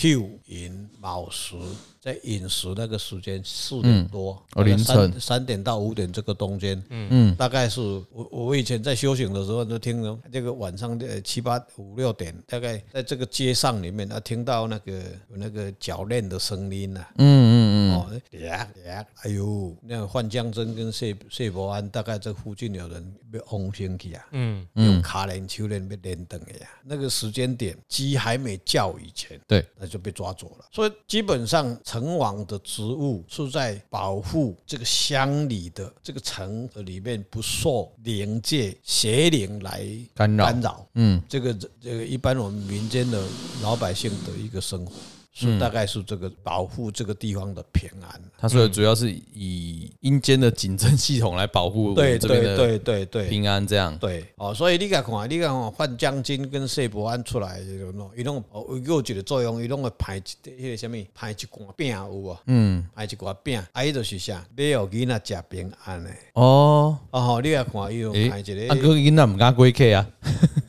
Speaker 3: 六寅卯时，在寅时那个时间四点多，
Speaker 1: 哦
Speaker 3: 大概
Speaker 1: 凌晨
Speaker 3: 三三点到五点这个中间，嗯嗯，大概是我我以前在修行的时候就听了这个晚上的七八五六点，大概在这个街上里面啊，听到那个有那个脚链的声音呐、啊，嗯嗯嗯，哦，呀呀，哎呦，那个范江真跟谢谢伯安大概这附近有人被轰醒去啊，
Speaker 2: 嗯，
Speaker 3: 用卡链手链被连灯的呀，啊那个时间点鸡还没叫以前。
Speaker 1: 对，
Speaker 3: 那就被抓走了。所以基本上城隍的职务是在保护这个乡里的这个城里面不受灵界邪灵来
Speaker 1: 干扰
Speaker 3: 干扰。
Speaker 1: 嗯，
Speaker 3: 这个这个一般我们民间的老百姓的一个生活。
Speaker 1: 嗯
Speaker 3: 是大概是这个保护这个地方的平安，
Speaker 1: 他说的主要是以阴间的警政系统来保护我
Speaker 3: 对
Speaker 1: 们这边
Speaker 3: 对
Speaker 1: 的
Speaker 3: 对对对，
Speaker 1: 平安，这样
Speaker 3: 对，哦，所以你甲看，你甲看，范将军跟谢伯安出来，伊拢伊拢哦，有一个作用，伊拢会派一迄个什物，派一罐饼有无？嗯，派一罐饼，啊，伊就是啥，要互囡仔食平安的。
Speaker 1: 哦。
Speaker 3: 哦吼，你甲看，伊有
Speaker 1: 诶
Speaker 3: 派一，
Speaker 1: 阿
Speaker 3: 个，
Speaker 1: 哥囡仔唔敢归客啊，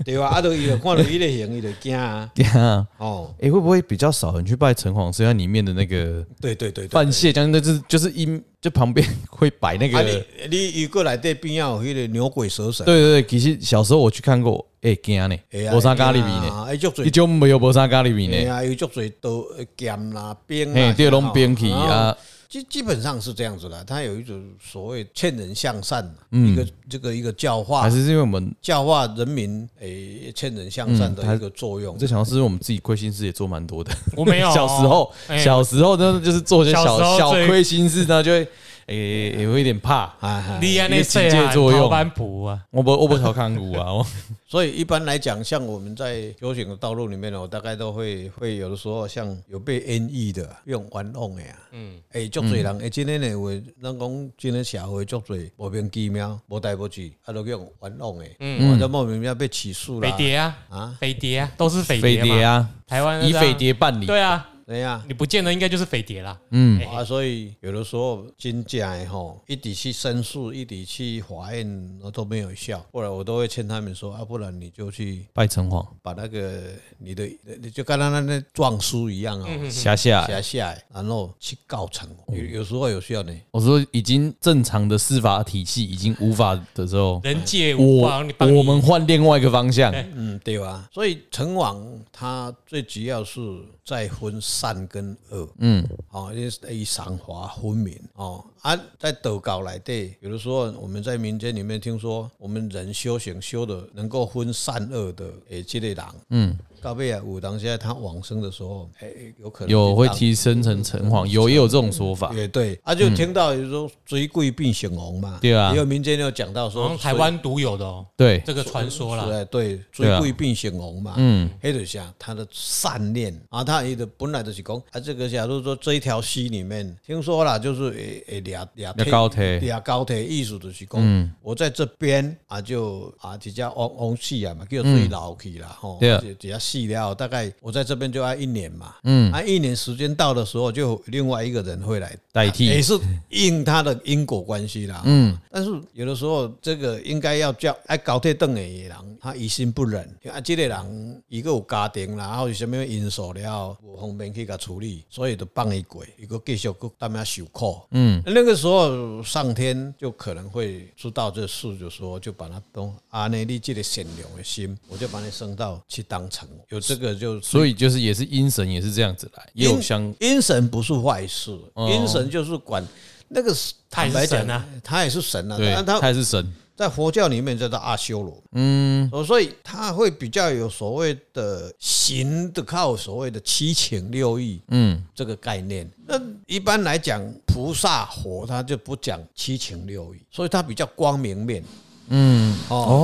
Speaker 3: 对啊，啊，都伊就看到伊个形，伊就惊 啊。
Speaker 1: 对啊，
Speaker 3: 哦，
Speaker 1: 哎，会不会比较少人去拜城隍是因为里面的那个
Speaker 3: 对对对对。
Speaker 1: 范谢将军，那就是就是阴，就旁边 会摆那个，
Speaker 3: 啊，
Speaker 1: 对
Speaker 3: 你你如果内底边仔有迄个牛鬼蛇神，
Speaker 1: 对对，其实小时候我去看过，哎，惊呢，
Speaker 3: 哎，
Speaker 1: 无啥咖喱米呢，
Speaker 3: 哎，足侪
Speaker 1: 伊就没有无啥咖喱米
Speaker 3: 哎
Speaker 1: 呢，
Speaker 3: 呀，有足侪刀呃剑啦、兵
Speaker 1: 嘿
Speaker 3: 啦，，
Speaker 1: 对，拢兵去
Speaker 3: 哦
Speaker 1: 啊，
Speaker 3: 基基本上是这样子的，它有一种所谓劝人向善，一个这个一个教化
Speaker 1: 嗯还是是因为我们，
Speaker 3: 教化人民，诶、劝人向善
Speaker 1: 嗯
Speaker 3: 的一个作用。
Speaker 1: 我在想到是不是我们自己亏心事也做蛮多的，
Speaker 2: 我没有
Speaker 1: 小时候，
Speaker 2: 哎
Speaker 1: 小时候真的就是做一些
Speaker 2: 小时
Speaker 1: 小
Speaker 2: 候
Speaker 1: 小
Speaker 2: 最
Speaker 1: 亏心事，那就会，哎，也会有点怕。
Speaker 3: 哎哎
Speaker 2: 你安
Speaker 1: 一
Speaker 2: 尼
Speaker 1: 个
Speaker 2: 说
Speaker 1: 警戒
Speaker 2: 啊，
Speaker 1: 作用
Speaker 2: 头班补啊，
Speaker 1: 我不我不讨看股 啊，我
Speaker 3: 所以一般来讲，像我们在修行的道路里面呢，哦我大概都会会有的时候，像有被恩义的，用玩弄的呀、啊，嗯，诶、足侪人诶，今天呢，有的咱讲今天社会足侪莫名其妙、无代无志，啊，都用玩弄的，嗯，或者莫名其妙被起诉
Speaker 2: 匪
Speaker 3: 啦，
Speaker 2: 谍啊，
Speaker 3: 啊，
Speaker 2: 匪谍啊，都是匪
Speaker 1: 匪
Speaker 2: 谍
Speaker 1: 谍
Speaker 2: 嘛，
Speaker 1: 啊，
Speaker 2: 台湾都
Speaker 1: 以
Speaker 2: 这样
Speaker 1: 匪谍办理，
Speaker 2: 对啊，
Speaker 3: 怎样？
Speaker 2: 你不见得应该就是匪谍啦，
Speaker 1: 嗯
Speaker 3: 啊，所以有的时候真假的吼，一直去申诉，一直去法院，我都没有效。后来我都会劝他们说，啊，不然你就去
Speaker 1: 拜城隍，
Speaker 3: 把那个你的，你就跟他那那状书一样哦，
Speaker 2: 嗯
Speaker 1: 下下
Speaker 3: 写下来，然后去告成。有有时候有需要呢，
Speaker 1: 我说已经正常的司法体系已经无法的时候，
Speaker 2: 人界无
Speaker 1: 我
Speaker 2: 帮你帮
Speaker 1: 我
Speaker 2: 你
Speaker 1: 们换另外一个方向，
Speaker 3: 嗯，对吧？所以成王他最主要是在分善跟恶，嗯，哦，就是以赏罚分明哦。啊，在道教来对，有的时候我们在民间里面听说，我们人修行修的能够分善恶的，诶，这类人，嗯，到尾啊，有当现在他往生的时候，诶，有可能
Speaker 1: 有会
Speaker 3: 当
Speaker 1: 提升成城隍，有也有这种说法，
Speaker 3: 也对，啊，就听到有说水鬼变形王嘛，
Speaker 1: 对啊
Speaker 3: 也有民间有讲到
Speaker 2: 好
Speaker 3: 说
Speaker 2: 像台湾独有的哦，
Speaker 1: 对，
Speaker 2: 这个传说啦，
Speaker 3: 对对，
Speaker 1: 对
Speaker 3: 最
Speaker 1: 啊
Speaker 3: 贵并显红嘛，嗯，黑就是啊，他的善念啊，他伊的本来就是讲啊，这个假如说这一条溪里面，听说啦，就是呃会会俩俩
Speaker 1: 抓交替
Speaker 3: 俩高铁，嗯意思就是讲，我在这边啊就啊直接往往死啊嘛，叫水老去啦吼，
Speaker 1: 对啊
Speaker 3: 就直接死了，大概我在这边就要一年嘛，嗯，啊一年时间到的时候，就有另外一个人会来
Speaker 1: 代替
Speaker 3: 也是应他的因果关系啦。嗯，但是有的时候这个应该要叫哎搞退邓的人，他于心不忍，啊，这个人一个有家庭啦，然后有什么因素了，无方便去给他处理，所以就放伊过，伊个继续搁当面受苦。嗯，那个时候上天就可能会知道这事，就说就把他当啊，那你这个善良的心，我就把你升到去当成有这个就
Speaker 1: 所以就是也是阴神也是这样子来，也有
Speaker 3: 阴啊
Speaker 1: 相
Speaker 3: 阴神不是坏事，
Speaker 1: 哦
Speaker 3: 阴神就是管那个是
Speaker 2: 他也
Speaker 3: 坦
Speaker 2: 是
Speaker 3: 白讲
Speaker 2: 神啊，
Speaker 3: 他也是神啊，
Speaker 1: 对，
Speaker 3: 但他
Speaker 1: 他也是神，
Speaker 3: 在佛教里面叫做阿修罗，嗯，所以他会比较有所谓的行的靠所谓的七情六欲，嗯，这个概念。那一般来讲，菩萨佛他就不讲七情六欲，所以他比较光明面。哦，
Speaker 1: 哦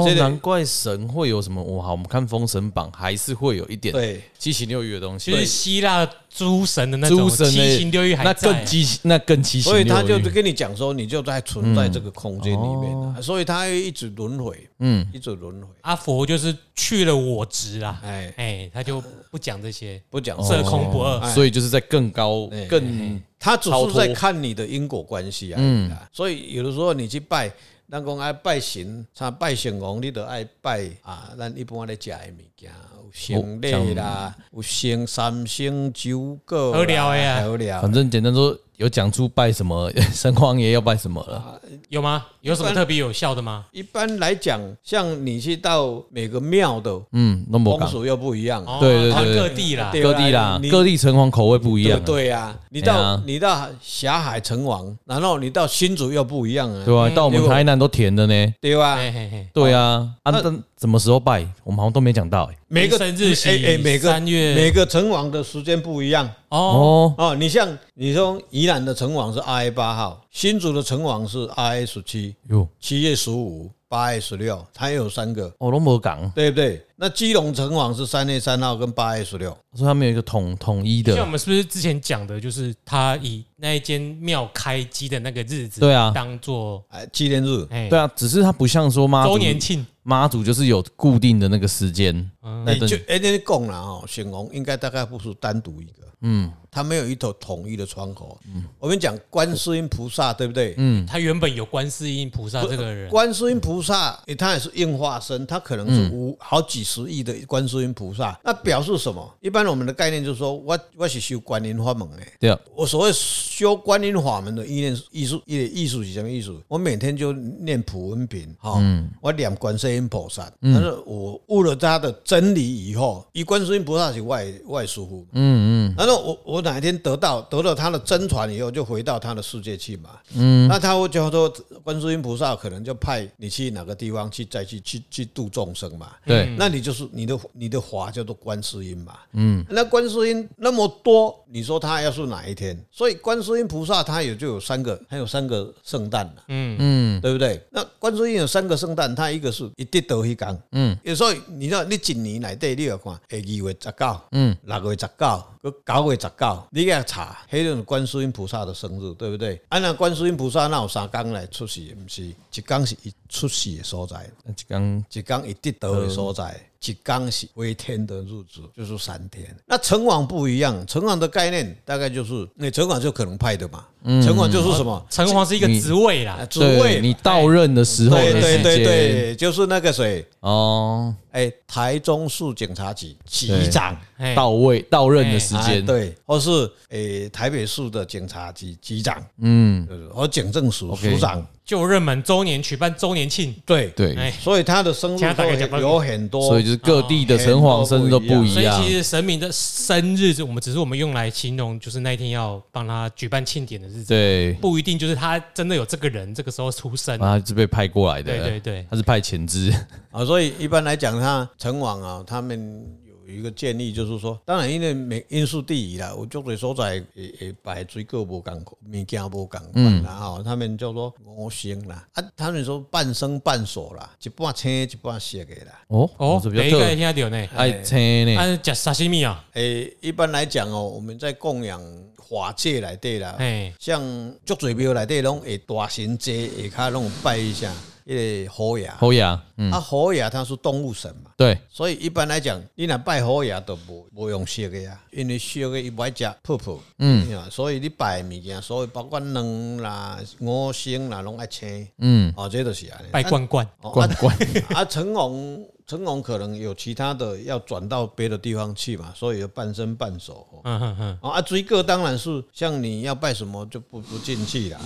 Speaker 3: 这，个
Speaker 1: 难怪神会有什么？我好，我们看《封神榜》还是会有一点
Speaker 3: 对
Speaker 1: 七情六欲的东西。
Speaker 2: 就是希腊诸神的那种
Speaker 1: 诸神的
Speaker 2: 七情六欲还
Speaker 1: 那
Speaker 2: 在啊
Speaker 1: 更七情，那更七情
Speaker 3: 所
Speaker 1: 六
Speaker 3: 以
Speaker 1: 欲。
Speaker 3: 他就跟你讲说，你就在存在这个空间里面啊、所以他会一直轮回，嗯，一直轮回，
Speaker 2: 阿佛就是去了我执啦，
Speaker 3: 哎
Speaker 2: 哎，他就不讲这些，
Speaker 3: 不
Speaker 1: 哦
Speaker 3: 讲
Speaker 2: 色
Speaker 3: 色空，
Speaker 2: 空不二，
Speaker 1: 所以就是在更高、更
Speaker 3: 他只
Speaker 1: 超
Speaker 3: 是
Speaker 1: 脱
Speaker 3: 在看你的因果关系啊，嗯，所以有的时候你去拜，咱讲爱拜神，他拜神王，你都爱拜啊，咱一般咧食的物件，有生类啦，有生三生九果啦，
Speaker 2: 好料的啊
Speaker 3: 好料
Speaker 1: 反正简单说，有讲出拜什么 神皇爷要拜什么了。
Speaker 2: 有吗？有什么特别有效的吗？
Speaker 3: 一般来讲，像你去到每个庙的
Speaker 1: 嗯，那么
Speaker 3: 风
Speaker 1: 讲
Speaker 3: 俗又不一样，啊
Speaker 2: 哦
Speaker 1: 对对对
Speaker 2: 他
Speaker 1: 对啊
Speaker 2: 各地啦
Speaker 3: 对，
Speaker 1: 各地啦
Speaker 3: 你，
Speaker 1: 各地城隍口味不一
Speaker 3: 对
Speaker 1: 样
Speaker 3: 不
Speaker 1: 啊，
Speaker 3: 对啊，你
Speaker 1: 哎
Speaker 3: 到
Speaker 1: 呀
Speaker 3: 你到霞海城隍，然后你到新竹又不一样啊，
Speaker 1: 对嗯哎吧？到我们
Speaker 3: 因为我
Speaker 1: 台南都甜的呢。
Speaker 3: 对吧？
Speaker 2: 嘿嘿嘿，
Speaker 1: 对啊，啊，但什么时候拜，我们好像都没讲到欸
Speaker 3: 每个
Speaker 2: 生日喜
Speaker 3: 哎哎，每个
Speaker 2: 三月
Speaker 3: 每个城隍的时间不一样
Speaker 2: 哦，
Speaker 1: 哦。
Speaker 3: 哦。你像你说宜兰的城隍是 RA 八号，新竹的城隍是 RA 十七，
Speaker 1: 哟，
Speaker 3: 七月十五、八月十六，它也有三个，
Speaker 1: 哦，都没讲，
Speaker 3: 对不对？那基隆城隍是三月三号跟八月十六，
Speaker 1: 所以他们有一个统统一
Speaker 2: 像我
Speaker 1: 的，
Speaker 2: 们是不是之前讲的，就是他以那一间庙开机的那个日子，
Speaker 1: 对啊
Speaker 2: 当做
Speaker 3: 哎，纪念日。
Speaker 2: 哎
Speaker 1: 对啊，啊只是他不像说妈祖
Speaker 2: 周年庆，
Speaker 1: 妈祖就是有固定的那个时间，那
Speaker 3: 你
Speaker 1: 顿
Speaker 3: 就哎，那讲了哦，显红应该大概不是单独一个，嗯，它没有一头统一的窗口。嗯，我们讲观世音菩萨，对不对？嗯，
Speaker 2: 他原本有观世音菩萨这个人，
Speaker 3: 观世音菩萨，诶他也是应化身，他可能是无好几十亿的观世音菩萨。那表示什么？一般我们的概念就是说，我我是修观音法门的。
Speaker 1: 对啊，
Speaker 3: 我所谓修观音法门的意念艺术，艺艺术是什么艺术？我每天就念普文品，哈、我念观世音菩萨。但是我悟了他的真理以后，以观世音菩萨是外外师傅，嗯嗯。然后我我哪一天得到得到他的真传以后，就回到他的世界去嘛。嗯，那他会就说，观世音菩萨可能就派你去哪个地方去再去去去度众生嘛。
Speaker 1: 对，
Speaker 3: 那你就是你的你的法叫做观世音嘛，嗯，那观世音那么多，你说他要是哪一天？所以观世音菩萨他也就有三个，还有三个圣诞了，嗯嗯，对不对？那观世音有三个圣诞，他一个是一定得一缸，嗯，有时候你知道你一年内底你要看，诶二月十九，嗯，六月十九，佮九月十九，你给他查，迄种观世音菩萨的生日，对不对？啊，那观世音菩萨哪有三天来出世？不是，一天是伊出世的所在。
Speaker 1: 那就刚
Speaker 3: 一天一得到的所在，一天是为天的日子，就是三天。那城隍不一样，城隍的概念大概就是，那城隍就可能派的嘛，城隍就是什么
Speaker 2: 城隍是一个职位啦
Speaker 3: 啊，主
Speaker 1: 对
Speaker 3: 位，
Speaker 1: 你到任的时候
Speaker 3: 对
Speaker 1: 的
Speaker 3: 对
Speaker 1: 时
Speaker 3: 对
Speaker 1: 间，
Speaker 3: 对，就是那个谁，
Speaker 1: 哦，
Speaker 3: 哎，台中市警察局局
Speaker 1: 对
Speaker 3: 长。
Speaker 2: 哎
Speaker 1: 到位到任的时
Speaker 3: 啊
Speaker 1: 间，
Speaker 3: 对，或是诶、台北市的警察局局长，
Speaker 1: 嗯，
Speaker 3: 呃或警政署
Speaker 1: OK
Speaker 3: 署长，
Speaker 2: 就任满周年举办周年庆，
Speaker 3: 对，
Speaker 1: 对，
Speaker 2: 哎，
Speaker 3: 所以他的生日
Speaker 2: 请他打个假
Speaker 3: 都
Speaker 2: 扮
Speaker 3: 有很多，
Speaker 1: 所以就是各地的城
Speaker 3: 哦
Speaker 1: 隍甚哎至都不一
Speaker 2: 所以
Speaker 1: 样
Speaker 2: 其，实神明的生日，我们只是我们用来形容，就是那一天要帮他举办庆典的日子，
Speaker 1: 对，
Speaker 2: 不一定就是他真的有这个人这个时候出生。
Speaker 1: 啊，他是被派过来的，
Speaker 2: 对对对
Speaker 1: 他是派前知，
Speaker 3: 啊，所以一般来讲，他成网啊，他们有一个建议，就是说，当然因为每因素地理啦，有足多所在会会摆水果无共物件无共款啦吼，他们叫做五行啦，啊，他们说半生半熟啦，一半青一半色的啦。
Speaker 1: 哦
Speaker 2: 哦，
Speaker 1: 这比
Speaker 2: 每一
Speaker 1: 较
Speaker 2: 个
Speaker 1: 特
Speaker 2: 人听到呢，
Speaker 1: 爱青呢，
Speaker 2: 啊，讲沙西米啊，
Speaker 3: 诶、一般来讲哦，我们在供养法界内底
Speaker 1: 啊
Speaker 3: 啦，
Speaker 2: 哎，
Speaker 3: 像足侪庙内底拢会大神祭，下骹拢有拜一下，迄个虎爷，
Speaker 1: 侯雅，嗯，
Speaker 3: 啊，虎爷他是动物神嘛。
Speaker 1: 对，
Speaker 3: 所以一般来讲，你若拜虎爷都无无用烧的呀，因为烧的伊不爱食泡泡，嗯，所以你拜的物件，所以包括卵啦、五星啦，拢爱青，嗯，哦，这都是安尼。
Speaker 2: 拜罐罐，
Speaker 3: 哦
Speaker 1: 罐 罐，
Speaker 3: 啊，成龙成龙可能有其他的要转到别的地方去嘛，所以就半生半熟。哦
Speaker 2: 嗯哼哼，
Speaker 3: 哦啊，水果当然是像你要拜什么就不不进去啦，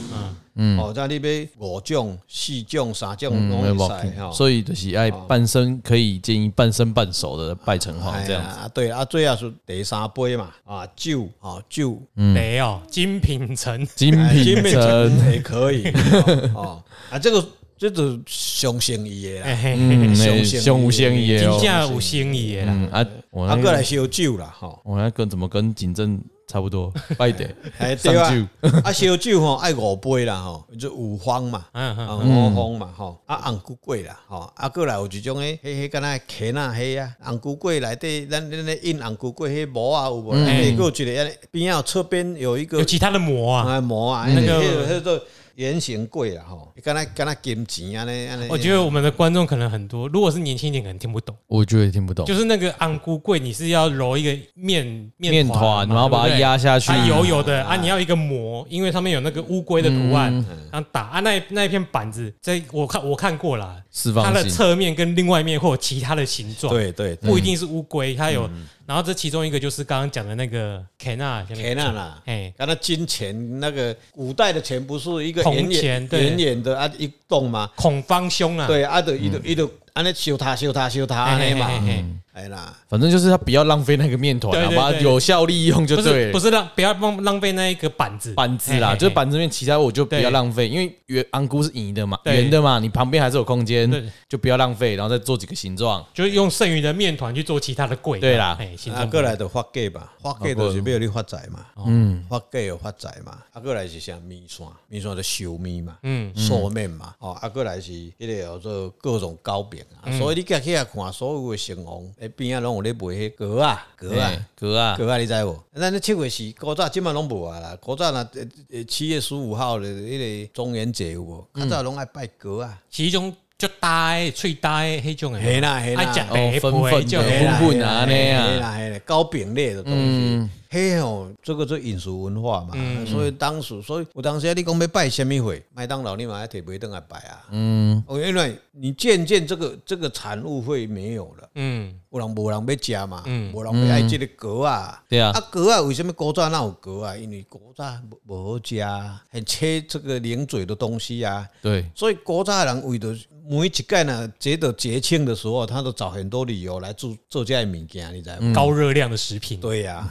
Speaker 3: 嗯，哦，在那边五种、四种、三种
Speaker 1: 嗯
Speaker 3: 拢会使哦哈。
Speaker 1: 所以就是爱半生可以建议半生半熟的拜城隍哦这样子，
Speaker 3: 啊，对啊，最后是第三杯嘛，啊酒啊酒，
Speaker 1: 嗯
Speaker 2: 没有精品城，
Speaker 1: 金
Speaker 3: 啊
Speaker 1: 品城，
Speaker 3: 也可以哦哦啊，这个这就是上生意
Speaker 2: 嘿
Speaker 3: 的啦，
Speaker 2: 嘿嘿，
Speaker 1: 嗯，
Speaker 3: 上
Speaker 1: 哎
Speaker 3: 仙
Speaker 1: 胸无仙也
Speaker 2: 金
Speaker 1: 哦，
Speaker 2: 价五星爷啦，
Speaker 1: 嗯啊，我
Speaker 3: 啊
Speaker 1: 那
Speaker 3: 过来
Speaker 1: 个
Speaker 3: 烧酒啦，吼，
Speaker 1: 我那个怎么跟景正差不多，拜得
Speaker 3: 哎，
Speaker 1: 上
Speaker 3: 对啊
Speaker 1: 酒，
Speaker 3: 啊，烧酒吼爱五杯啦吼，就五方嘛，
Speaker 2: 嗯嗯
Speaker 3: 啊五方嘛吼，啊红菇粿啦吼，啊过来有一种诶，迄迄敢若茄那迄啊，红菇粿内底咱咱咧印红菇粿迄膜啊有无？
Speaker 1: 嗯
Speaker 3: 内底还有一个安尼边仔有侧边有一
Speaker 2: 有
Speaker 3: 个
Speaker 2: 其他的膜啊。
Speaker 3: 啊膜啊，
Speaker 2: 那
Speaker 3: 那
Speaker 2: 个
Speaker 3: 个叫做圆形粿啦吼，敢若敢若金钱啊安尼安尼。
Speaker 2: 我觉得我们的观众可能很多，如果是年轻一点，可能听不懂。
Speaker 1: 我觉得听不懂。
Speaker 2: 就是那个安菇桂，你是要揉一个面
Speaker 1: 面团，
Speaker 2: 团嘛，
Speaker 1: 然后把它压下去，嗯
Speaker 2: 它油油的啊，你要一个膜，因为上面有那个乌龟的图案，
Speaker 1: 嗯
Speaker 2: 然后打啊那一那一片板子，在我看我看过啦，
Speaker 1: 释
Speaker 2: 它
Speaker 1: 放
Speaker 2: 的
Speaker 1: 性。
Speaker 2: 侧面跟另外一面会有其他的形状，
Speaker 3: 对对对，
Speaker 2: 不一定是乌龟，它有，然后这其中一个就是刚刚讲的那个 cana，
Speaker 3: 茄那啊啦。
Speaker 2: 哎，
Speaker 3: 敢若金钱那个古代的钱不是一个
Speaker 2: 铜
Speaker 3: 圆
Speaker 2: 钱
Speaker 3: 圆
Speaker 2: 对
Speaker 3: 圆圆的啊一洞吗？
Speaker 2: 孔方胸啊，
Speaker 3: 对，啊，就伊就伊就安尼修他修他修他
Speaker 2: 嘿，
Speaker 3: 安尼
Speaker 2: 嘿
Speaker 3: 嘛
Speaker 2: 嘿，嘿
Speaker 3: 哎啦，
Speaker 1: 反正就是它不要浪费那个面团啊，
Speaker 2: 对对
Speaker 1: 把它
Speaker 2: 对
Speaker 1: 有效利用就
Speaker 2: 不
Speaker 1: 对
Speaker 2: 是
Speaker 1: 了。
Speaker 2: 不是浪不要浪浪费那一个板子
Speaker 1: 板子
Speaker 2: 嘿
Speaker 1: 啦，
Speaker 2: 嘿
Speaker 1: 就是
Speaker 2: 嘿
Speaker 1: 板子面，其他我就不要
Speaker 2: 对
Speaker 1: 浪费，因为圆安菇是圆的嘛，
Speaker 2: 对
Speaker 1: 圆的嘛，你旁边还是有空间
Speaker 2: 对，
Speaker 1: 就不要浪费，然后再做几个形状。
Speaker 2: 就是用剩余的面团去做其他的贵，
Speaker 1: 对啦
Speaker 2: 哎，形
Speaker 3: 啊，
Speaker 2: 状
Speaker 3: 过来就发啊粿吧，发粿就是要你发财嘛，嗯，发粿有发财嘛，啊，过来是啥米线，米线就寿面嘛，嗯，寿面嘛，哦，啊，过来是迄个叫做各种糕饼啊，所以你家去遐看，所有的成王，诶，边啊仔拢有咧卖迄粿啊，粿啊。
Speaker 1: 哎哥啊，
Speaker 3: 粿啊，你知无？咱咧七月时，古早即满拢无啊啦。古早若呃呃七月十五号咧，迄个中元节有无？较早拢爱拜粿啊。
Speaker 2: 其中就呆最呆迄种诶，
Speaker 3: 嘿啦嘿啦
Speaker 2: 爱食
Speaker 1: 哦
Speaker 2: 白
Speaker 1: 粉
Speaker 2: 粿
Speaker 1: 粉
Speaker 2: 就
Speaker 1: 的
Speaker 2: 嘿啦
Speaker 1: 混混啊那样嗯
Speaker 3: 嘿啦嘿啦，糕饼类的东西，嘿哦，这个就饮食文化嘛，所以当时，所以有当时你讲要拜什么会，麦当劳你嘛要摕杯凳来拜啊，嗯，哦，因为你渐渐这个这个产物会没有了。
Speaker 2: 嗯，
Speaker 3: 有人无人要食嘛，无人要爱即个粿啊。
Speaker 1: 对啊
Speaker 3: 啊粿啊，为什么古早哪有粿啊？因为古早无无好食啊，很缺这个零嘴的东西啊。
Speaker 1: 对，
Speaker 3: 所以古早的人为着每一届呢，节到节庆的时候，他都找很多理由来做做这些物件，你知道
Speaker 1: 嗯
Speaker 3: 吗？
Speaker 2: 高热量的食品，
Speaker 3: 对呀、啊。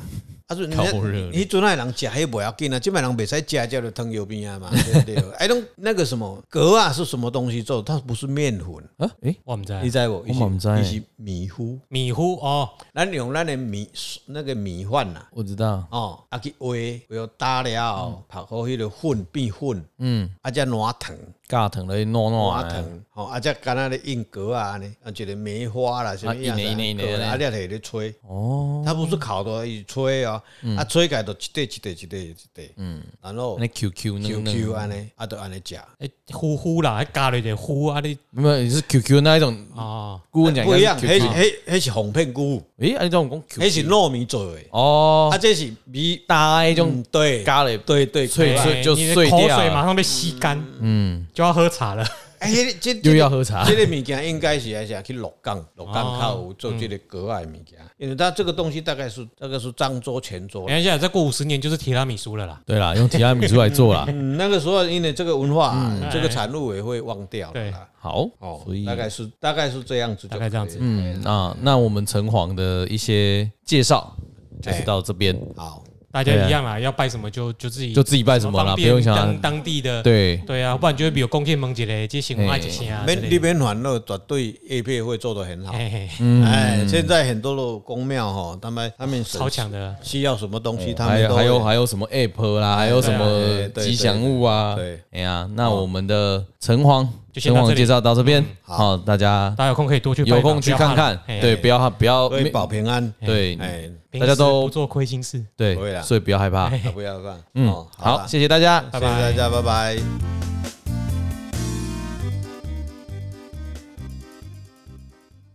Speaker 3: 啊，阵
Speaker 1: 高热量
Speaker 3: 迄阵仔的人食迄袂要紧啊，即摆人袂使食，叫做汤油边啊嘛，对不对？哎，拢那个什么粿啊是什么东西做的？它不是面粉，
Speaker 1: 啊，诶，
Speaker 2: 我们在
Speaker 3: 你知无？
Speaker 1: 我嘛不知道
Speaker 3: 伊是米糊，
Speaker 2: 米糊哦，
Speaker 3: 咱用咱的米那个米饭呐、
Speaker 1: 我知道，
Speaker 3: 哦，啊去煨，煨打了后，拍好迄个粉变粉，嗯，啊再软糖，
Speaker 1: 尬疼了，糯糯
Speaker 3: 花
Speaker 1: 的，
Speaker 3: 藤，吼，啊，则敢若咧印格啊呢，啊，一个梅花啦，什么样
Speaker 1: 啊一
Speaker 3: 子
Speaker 1: 年一年的
Speaker 3: 啊，啊，你也摕咧吹，
Speaker 1: 哦，嗯
Speaker 3: 它不是烤的，伊吹哦，啊，吹起来就一块一块一块一块，嗯，然后
Speaker 1: 那 QQ 那个
Speaker 3: Q
Speaker 1: 那个
Speaker 3: Q 安尼，啊，就安尼食，
Speaker 2: 哎糊糊啦，还加了一点糊啊，你
Speaker 1: 没有，你是 QQ 那一种，
Speaker 2: 哦，
Speaker 1: 顾问讲
Speaker 3: 啊不一样，
Speaker 1: 应
Speaker 3: 迄
Speaker 1: 该
Speaker 3: 是
Speaker 1: 是 QQ，
Speaker 3: 迄迄是红片菇，
Speaker 1: 诶，啊，你这种讲 QQ，
Speaker 3: 迄是糯米做的，
Speaker 1: 哦
Speaker 3: 啊，，这是米，
Speaker 1: 大那
Speaker 3: 嗯
Speaker 1: 种，
Speaker 3: 对，
Speaker 1: 咖喱
Speaker 3: 对对，
Speaker 1: 脆
Speaker 3: 对啊
Speaker 1: 脆
Speaker 2: 哎
Speaker 1: 就
Speaker 2: 你的
Speaker 1: 碎
Speaker 2: 口
Speaker 1: 掉
Speaker 2: 水
Speaker 1: 了
Speaker 2: 马上被吸干，嗯，就要喝茶了，
Speaker 3: 哎，迄个这这
Speaker 1: 又要喝茶哦
Speaker 3: 这个物件应该是还是去鹿港，鹿港较有做这个格外物
Speaker 1: 嗯
Speaker 3: 件，因为它这个东西大概是大概是漳州、泉州
Speaker 2: 等。一下再过五十年就是提拉米苏了啦，
Speaker 1: 对啦，用提拉米苏来做啦。
Speaker 3: 嗯，那个时候因为这个文化、啊这个产物也会忘掉了啦。
Speaker 1: 好，
Speaker 3: 哦
Speaker 1: 嗯所以，
Speaker 3: 大概是大概是这样子就可以，
Speaker 2: 大概这样子
Speaker 1: 嗯啊，那我们城隍的一些介绍就是到这边，
Speaker 3: 好，
Speaker 2: 大家一样啦，要拜什么就就自己
Speaker 1: 就自己拜什么啦，
Speaker 2: 方
Speaker 1: 不
Speaker 2: 便
Speaker 1: 用想
Speaker 2: 当
Speaker 1: 啊。
Speaker 2: 当地的
Speaker 1: 对，哎
Speaker 2: 对啊，不然就会比如贡献蒙一个，这新闻爱一声啊之
Speaker 3: 免你
Speaker 2: 类的，
Speaker 3: 免烦恼，绝对 A 片会做得很好。
Speaker 2: 嘿嘿，
Speaker 1: 嗯
Speaker 3: 哎，现在很多的公庙哈，他们他们
Speaker 2: 超强的，
Speaker 3: 需要什么东西，他
Speaker 1: 还
Speaker 3: 们
Speaker 1: 有
Speaker 3: 都
Speaker 1: 嗯还有还有什么 app 啦，还有什
Speaker 3: 对
Speaker 1: 么
Speaker 3: 啊对
Speaker 1: 吉祥物啊？
Speaker 3: 对对对，
Speaker 1: 哎呀，那我们的城隍
Speaker 2: 就先
Speaker 1: 城
Speaker 2: 到这
Speaker 1: 隍
Speaker 2: 里
Speaker 1: 介绍到这边，
Speaker 3: 嗯
Speaker 1: 好，大家
Speaker 2: 大家有空可以多去拜
Speaker 1: 有
Speaker 2: 访
Speaker 1: 空去看看，对，，不要怕不要
Speaker 3: 会保平安。
Speaker 1: 对
Speaker 2: 不
Speaker 3: 哎，
Speaker 2: 要怕啦嘿
Speaker 1: 大家都
Speaker 2: 哎平时不做亏心事。
Speaker 1: 对
Speaker 3: 不会，啦
Speaker 1: 所以不要害怕。
Speaker 3: 不要放。
Speaker 1: 嗯
Speaker 3: 哦，
Speaker 1: 好，
Speaker 3: 啦
Speaker 1: 谢谢大家，
Speaker 3: 谢谢大家，拜拜。